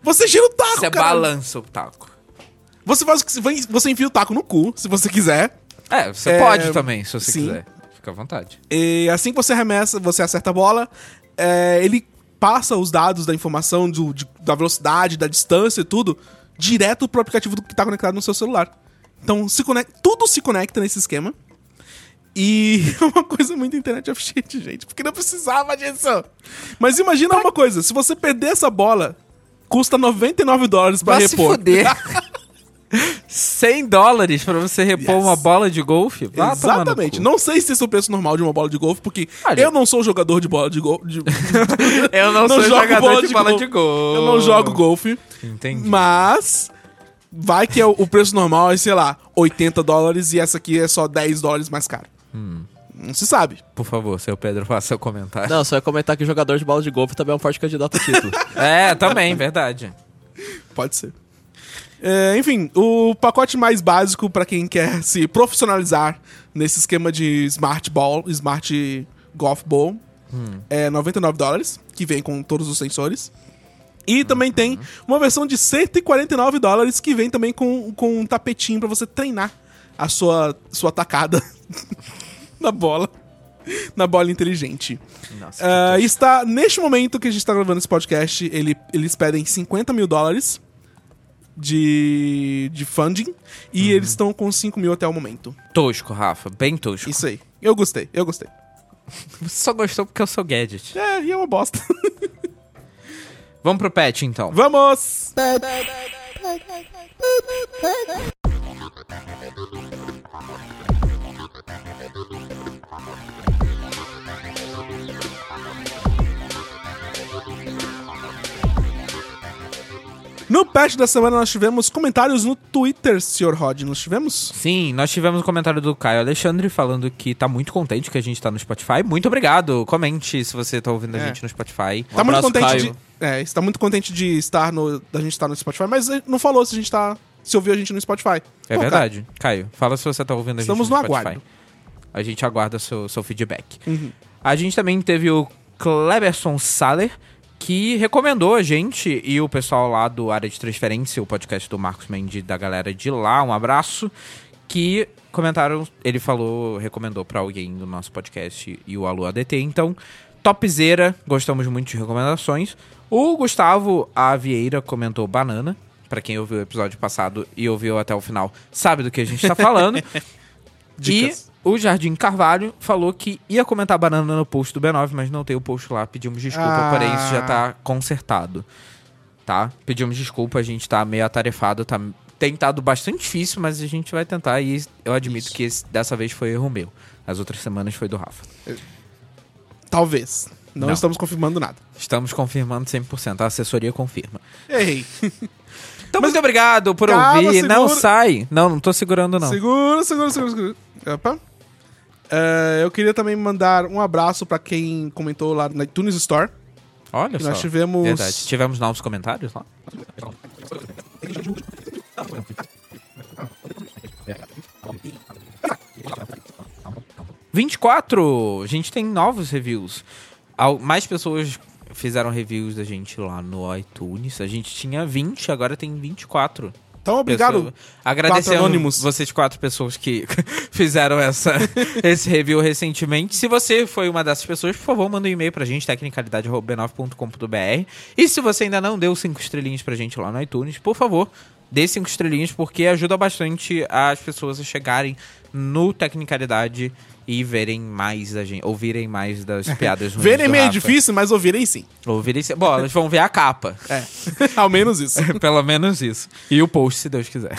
Speaker 2: você gira o taco,
Speaker 3: Você
Speaker 2: cara.
Speaker 3: balança o taco.
Speaker 2: Você faz o que você- você enfia o taco no cu, se você quiser.
Speaker 3: É, você
Speaker 2: É,
Speaker 3: pode também, se você
Speaker 2: sim.
Speaker 3: quiser. Fica à vontade.
Speaker 2: E assim que você arremessa, você acerta a bola, é, ele passa os dados da informação do- de- da velocidade, da distância e tudo, direto pro aplicativo do- que tá conectado no seu celular. Então se conecta, tudo se conecta nesse esquema. E é uma coisa muito internet of shit, gente, porque não precisava disso. Mas imagina uma coisa, se você perder essa bola, custa 99 dólares pra
Speaker 3: Vai se
Speaker 2: repor.
Speaker 3: fuder. 100 dólares pra você repor
Speaker 2: Yes.
Speaker 3: uma bola de golfe? Vá tomar no
Speaker 2: Exatamente.
Speaker 3: cu.
Speaker 2: Não sei se esse é o preço normal de uma bola de golfe, porque
Speaker 3: Olha.
Speaker 2: eu não sou jogador de bola de golfe. de-
Speaker 3: Eu não, sou
Speaker 2: jogo
Speaker 3: jogador de bola
Speaker 2: gol-
Speaker 3: de golfe.
Speaker 2: Eu não jogo golfe.
Speaker 3: Entendi.
Speaker 2: Mas vai que é o, o preço normal é, sei lá, 80 dólares e essa aqui é só 10 dólares mais cara. Não se sabe.
Speaker 3: Por favor, seu Pedro, faça seu comentário.
Speaker 4: Não, só ia comentar que jogador de bola de golfe também é um forte candidato a título.
Speaker 3: É, também, verdade.
Speaker 2: Pode ser. É, enfim, o pacote mais básico pra quem quer se profissionalizar nesse esquema de smart ball, smart golf ball, é 99 dólares, que vem com todos os sensores. E também tem uma versão de 149 dólares que vem também com, com um tapetinho pra você treinar a sua, sua tacada na bola. Na bola inteligente.
Speaker 3: Nossa,
Speaker 2: Ah, está neste momento que a gente está gravando esse podcast, ele- eles pedem 50 mil dólares de, de funding e eles estão com 5 mil até o momento.
Speaker 3: tosco, Rafa, bem tosco.
Speaker 2: Isso aí. Eu gostei, eu gostei.
Speaker 3: Você só gostou porque eu sou gadget.
Speaker 2: É, e é uma bosta.
Speaker 3: Vamos pro pet, então.
Speaker 2: Vamos! No patch da semana nós tivemos comentários no Twitter, Sr. Rod. Nós tivemos?
Speaker 3: Sim, nós tivemos um comentário do Caio Alexandre falando que tá muito contente que a gente tá no Spotify. Muito obrigado. Comente se você tá ouvindo
Speaker 2: É.
Speaker 3: a gente no Spotify.
Speaker 2: tá muito
Speaker 4: abraço,
Speaker 2: contente
Speaker 4: Caio.
Speaker 2: de. É, está muito contente de estar no. da gente estar no Spotify, mas ele não falou se a gente tá. se ouviu a gente no Spotify.
Speaker 3: É
Speaker 2: Pô, cara,
Speaker 3: verdade. Caio, fala se você tá ouvindo a
Speaker 2: Estamos
Speaker 3: gente no,
Speaker 2: no
Speaker 3: Spotify.
Speaker 2: aguardo. Uhum.
Speaker 3: A gente aguarda seu, seu feedback. A gente também teve o Cleberson Saller, que recomendou a gente e o pessoal lá do Área de Transferência, o podcast do Marcos Mendes, da galera de lá, um abraço, que comentaram, ele falou, recomendou pra alguém do nosso podcast e o Alô ADT, então, topzera, gostamos muito de recomendações. O Gustavo A. Vieira comentou banana, pra quem ouviu o episódio passado e ouviu até o final, sabe do que a gente tá falando.
Speaker 2: Dicas.
Speaker 3: E o Jardim Carvalho falou que ia comentar banana no post do B9, mas não tem o post lá. Pedimos desculpa,
Speaker 2: Ah.
Speaker 3: porém isso já tá consertado. Tá? Pedimos desculpa, a gente tá meio atarefado, tá tem estado bastante difícil, mas a gente vai tentar. E eu admito que esse- dessa vez foi erro meu. As outras semanas foi do Rafa.
Speaker 2: Talvez. Não,
Speaker 3: Não.
Speaker 2: estamos confirmando nada.
Speaker 3: Estamos confirmando 100%. A assessoria confirma.
Speaker 2: Ei,
Speaker 3: Então, muito obrigado por
Speaker 2: Calma,
Speaker 3: ouvir.
Speaker 2: segura.
Speaker 3: Não sai. Não, não tô segurando, não.
Speaker 2: segura, segura, segura, segura. Opa. É, eu queria também mandar um abraço pra quem comentou lá na iTunes Store.
Speaker 3: Olha
Speaker 2: que
Speaker 3: só.
Speaker 2: Nós tivemos.
Speaker 3: Verdade. Tivemos novos comentários lá? ...24! A gente tem novos reviews. Al- Mais pessoas fizeram reviews da gente lá no iTunes. A gente tinha 20, agora tem 24.
Speaker 2: Então, obrigado.
Speaker 3: pessoas. Agradecendo
Speaker 2: anônimos.
Speaker 3: vocês quatro pessoas que fizeram essa, esse review recentemente. Se você foi uma dessas pessoas, por favor, manda um e-mail pra gente, tecnicalidade.b9.com.br. E se você ainda não deu cinco estrelinhas pra gente lá no iTunes, por favor, dê cinco estrelinhas, porque ajuda bastante as pessoas a chegarem no Tecnicalidade e verem mais da gente, ouvirem mais das piadas. ruins
Speaker 2: Verem é
Speaker 3: do
Speaker 2: meio
Speaker 3: Rafa.
Speaker 2: difícil, mas ouvirem sim. É,
Speaker 3: Ouvirem, se- bom, elas vão ver a capa.
Speaker 2: Ao menos isso.
Speaker 3: Pelo menos isso. E o post, se Deus quiser.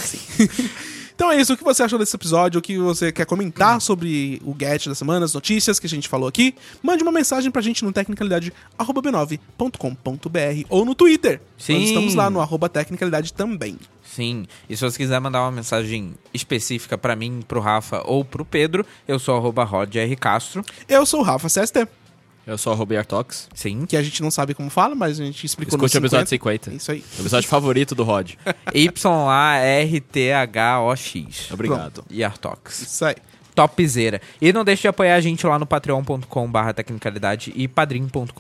Speaker 2: Então é isso. O que você achou desse episódio? O que você quer comentar sobre o Get da semana, as notícias que a gente falou aqui? Mande uma mensagem pra gente no tecnicalidade.b9.com.br ou no Twitter.
Speaker 3: Sim.
Speaker 2: Nós estamos lá no arroba tecnicalidade também.
Speaker 3: Sim. E se você quiser mandar uma mensagem específica pra mim, pro Rafa ou pro Pedro, eu sou arroba Rod R. Castro.
Speaker 2: Eu sou o Rafa CST,
Speaker 4: Eu sou arroba Artox.
Speaker 3: Sim.
Speaker 2: que a gente não sabe como fala, mas a gente explicou
Speaker 4: Escute o episódio
Speaker 2: 50.
Speaker 4: 50.
Speaker 2: Isso aí.
Speaker 4: O episódio favorito do Rod.
Speaker 3: Y-A-R-T-H-O-X.
Speaker 4: Obrigado.
Speaker 3: E Artox.
Speaker 2: Isso aí.
Speaker 3: Topzera. E não deixe de apoiar a gente lá no patreon.com barra tecnicalidade e padrim.com.br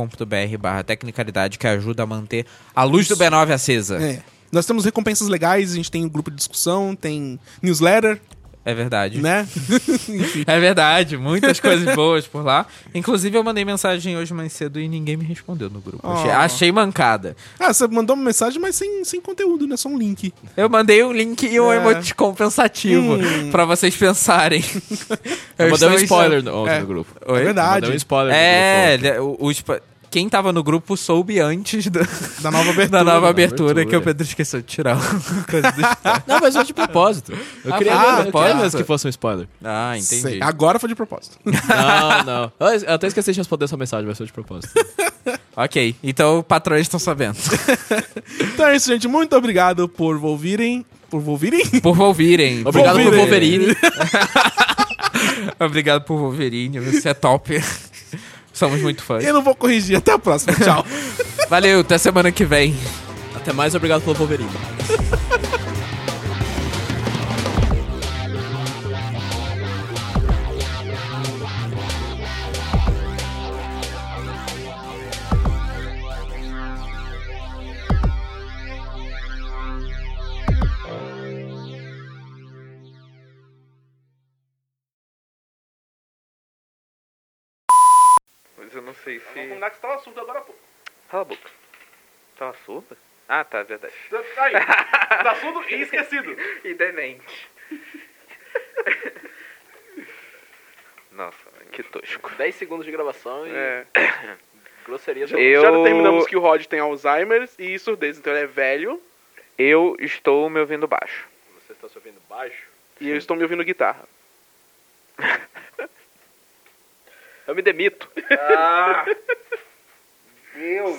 Speaker 3: barra tecnicalidade, que ajuda a manter a luz do B9 acesa. É,
Speaker 2: É. Nós temos recompensas legais, a gente tem um grupo de discussão, tem newsletter,
Speaker 3: verdade.
Speaker 2: né?
Speaker 3: É verdade, muitas coisas boas por lá. Inclusive, eu mandei mensagem hoje mais cedo e ninguém me respondeu no grupo. Achei,
Speaker 2: Oh.
Speaker 3: achei mancada.
Speaker 2: ah, você mandou uma mensagem, mas sem, sem conteúdo, né? Só um link.
Speaker 3: Eu mandei um link e um
Speaker 2: É.
Speaker 3: emoji compensativo
Speaker 2: Hum.
Speaker 3: pra vocês pensarem.
Speaker 4: Eu mandei um
Speaker 3: estou-
Speaker 4: spoiler no- ontem
Speaker 2: É.
Speaker 4: no grupo.
Speaker 2: É
Speaker 3: Oi?
Speaker 4: Eu
Speaker 2: verdade.
Speaker 4: Mandei um spoiler
Speaker 3: É,
Speaker 4: no grupo.
Speaker 3: ele- o, o spo- quem tava no grupo soube antes do-
Speaker 2: Da nova abertura.
Speaker 3: da nova abertura,
Speaker 4: abertura.
Speaker 3: que o Pedro esqueceu de tirar uma coisa do spoiler.
Speaker 4: Não, mas foi de propósito. Eu
Speaker 3: Ah,
Speaker 4: queria,
Speaker 3: foi de
Speaker 4: mesmo, eu queria
Speaker 3: propósito?
Speaker 4: mesmo que fosse um spoiler.
Speaker 3: Ah, entendi.
Speaker 2: Sei. Agora foi de propósito.
Speaker 4: Não, não. Eu eu até esqueci de responder sua mensagem, mas foi de propósito.
Speaker 3: Ok, então patrões estão sabendo.
Speaker 2: Então é isso, gente. Muito obrigado por ouvirem. Por ouvirem?
Speaker 3: Por ouvirem.
Speaker 4: Obrigado
Speaker 2: por
Speaker 4: Wolverine.
Speaker 3: Obrigado por Wolverine, você é top. Somos muito fãs.
Speaker 2: Eu não vou corrigir. Até a próxima. Tchau.
Speaker 3: Valeu, até semana que vem.
Speaker 4: Até mais, obrigado pelo Wolverine.
Speaker 6: Mas eu não sei se.
Speaker 2: que você tava surdo agora, pô.
Speaker 6: Cala a boca. Tá surda? Ah, tá, verdade.
Speaker 2: Aí. Tá surdo e esquecido.
Speaker 6: E demente. Nossa, que tosco.
Speaker 4: 10 segundos de gravação e grosseria.
Speaker 6: Eu...
Speaker 2: o Rod tem Alzheimer e surdez, então ele é velho
Speaker 6: Eu estou me ouvindo baixo.
Speaker 4: Você tá se ouvindo baixo?
Speaker 2: e eu estou me ouvindo guitarra.
Speaker 4: Eu me demito.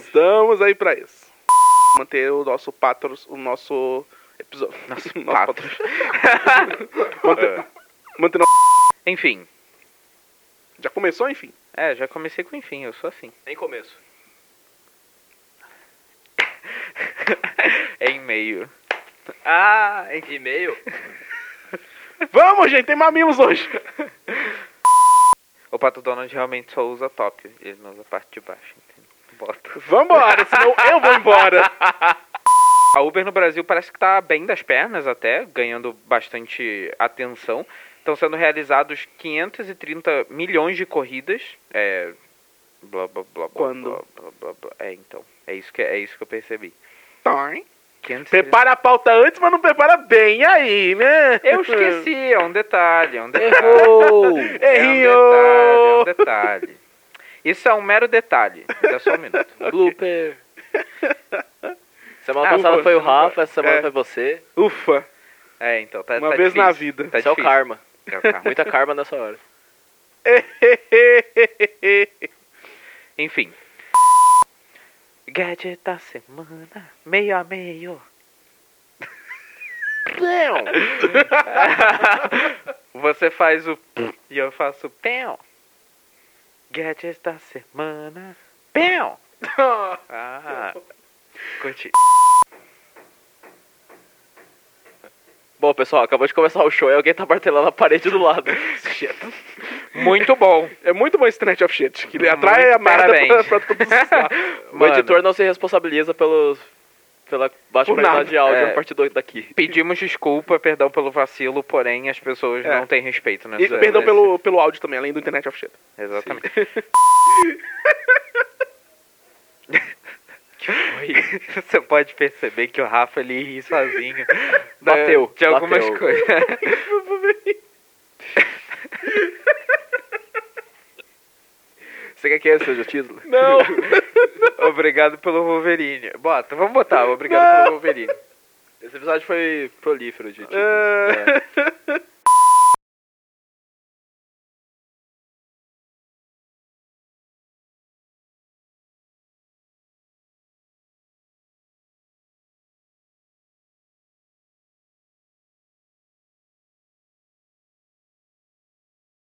Speaker 2: Estamos aí pra isso. Manter o nosso patros, o nosso episódio. Nosso
Speaker 6: Quatro.
Speaker 2: Manter nosso...
Speaker 6: É. Enfim.
Speaker 2: Já começou, enfim?
Speaker 6: É, já comecei com enfim, eu sou assim.
Speaker 4: Em começo.
Speaker 6: É e-mail. Ah, e-mail?
Speaker 2: Vamos, gente, tem mamilos hoje.
Speaker 6: O Pato Donald realmente só usa top. Ele não usa a parte de baixo, entendeu? Bota.
Speaker 2: Vambora, senão eu vou embora.
Speaker 6: A Uber no Brasil parece que tá bem das pernas até, ganhando bastante atenção. Estão sendo realizados 530 milhões de corridas. É. Blá blá blá blá.
Speaker 2: Quando?
Speaker 6: Blá, blá, blá, blá. É, então. É isso que, é isso que eu percebi.
Speaker 2: Então, hein?
Speaker 6: 500...
Speaker 2: Prepara a pauta antes, mas não prepara bem aí, né?
Speaker 6: Eu esqueci, é um detalhe, é um detalhe. É um
Speaker 2: Errinho!
Speaker 6: detalhe, é um detalhe. Isso é um mero detalhe. Dá só um minuto.
Speaker 4: Blooper. Semana
Speaker 6: Ah,
Speaker 4: passada
Speaker 6: ufa,
Speaker 4: É, foi o Rafa, essa semana
Speaker 2: É.
Speaker 4: foi você.
Speaker 2: Ufa.
Speaker 3: É, então tá
Speaker 4: Uma
Speaker 3: tá
Speaker 4: vez na
Speaker 3: difícil.
Speaker 4: vida.
Speaker 3: Tá
Speaker 4: Isso é o
Speaker 3: difícil.
Speaker 4: karma.
Speaker 3: É o carro.
Speaker 4: Muita karma nessa hora.
Speaker 3: Enfim. Gadget da semana, meio a meio. Você faz o e eu faço pão. Gadget da semana, pão. Ah, curti.
Speaker 4: Bom, pessoal, acabou de começar o show e alguém tá martelando a parede do lado. Shit.
Speaker 3: Muito bom.
Speaker 4: É muito bom esse Internet of Shit. Que ele
Speaker 3: atrai a merda
Speaker 4: parabéns.
Speaker 3: pra-
Speaker 4: todos O
Speaker 3: Mano.
Speaker 4: editor não se responsabiliza pelos, pela baixa
Speaker 3: Por
Speaker 4: qualidade
Speaker 3: nada.
Speaker 4: de áudio
Speaker 3: É.
Speaker 4: a partir do- daqui.
Speaker 3: Pedimos desculpa, perdão pelo vacilo, porém as pessoas não têm respeito nessa.
Speaker 7: É. E perdão pelo, pelo áudio também, além do Internet of Shit.
Speaker 3: Exatamente. Você pode perceber que o Rafa ele ri sozinho. da-
Speaker 4: Bateu,
Speaker 3: De algumas
Speaker 4: bateu.
Speaker 3: coisas.
Speaker 4: Você quer que esse seja o título?
Speaker 3: Não! obrigado pelo Wolverine. Bota, vamos botar, obrigado pelo Wolverine.
Speaker 4: Esse episódio foi prolífero de títulos.
Speaker 3: Ah.
Speaker 4: É.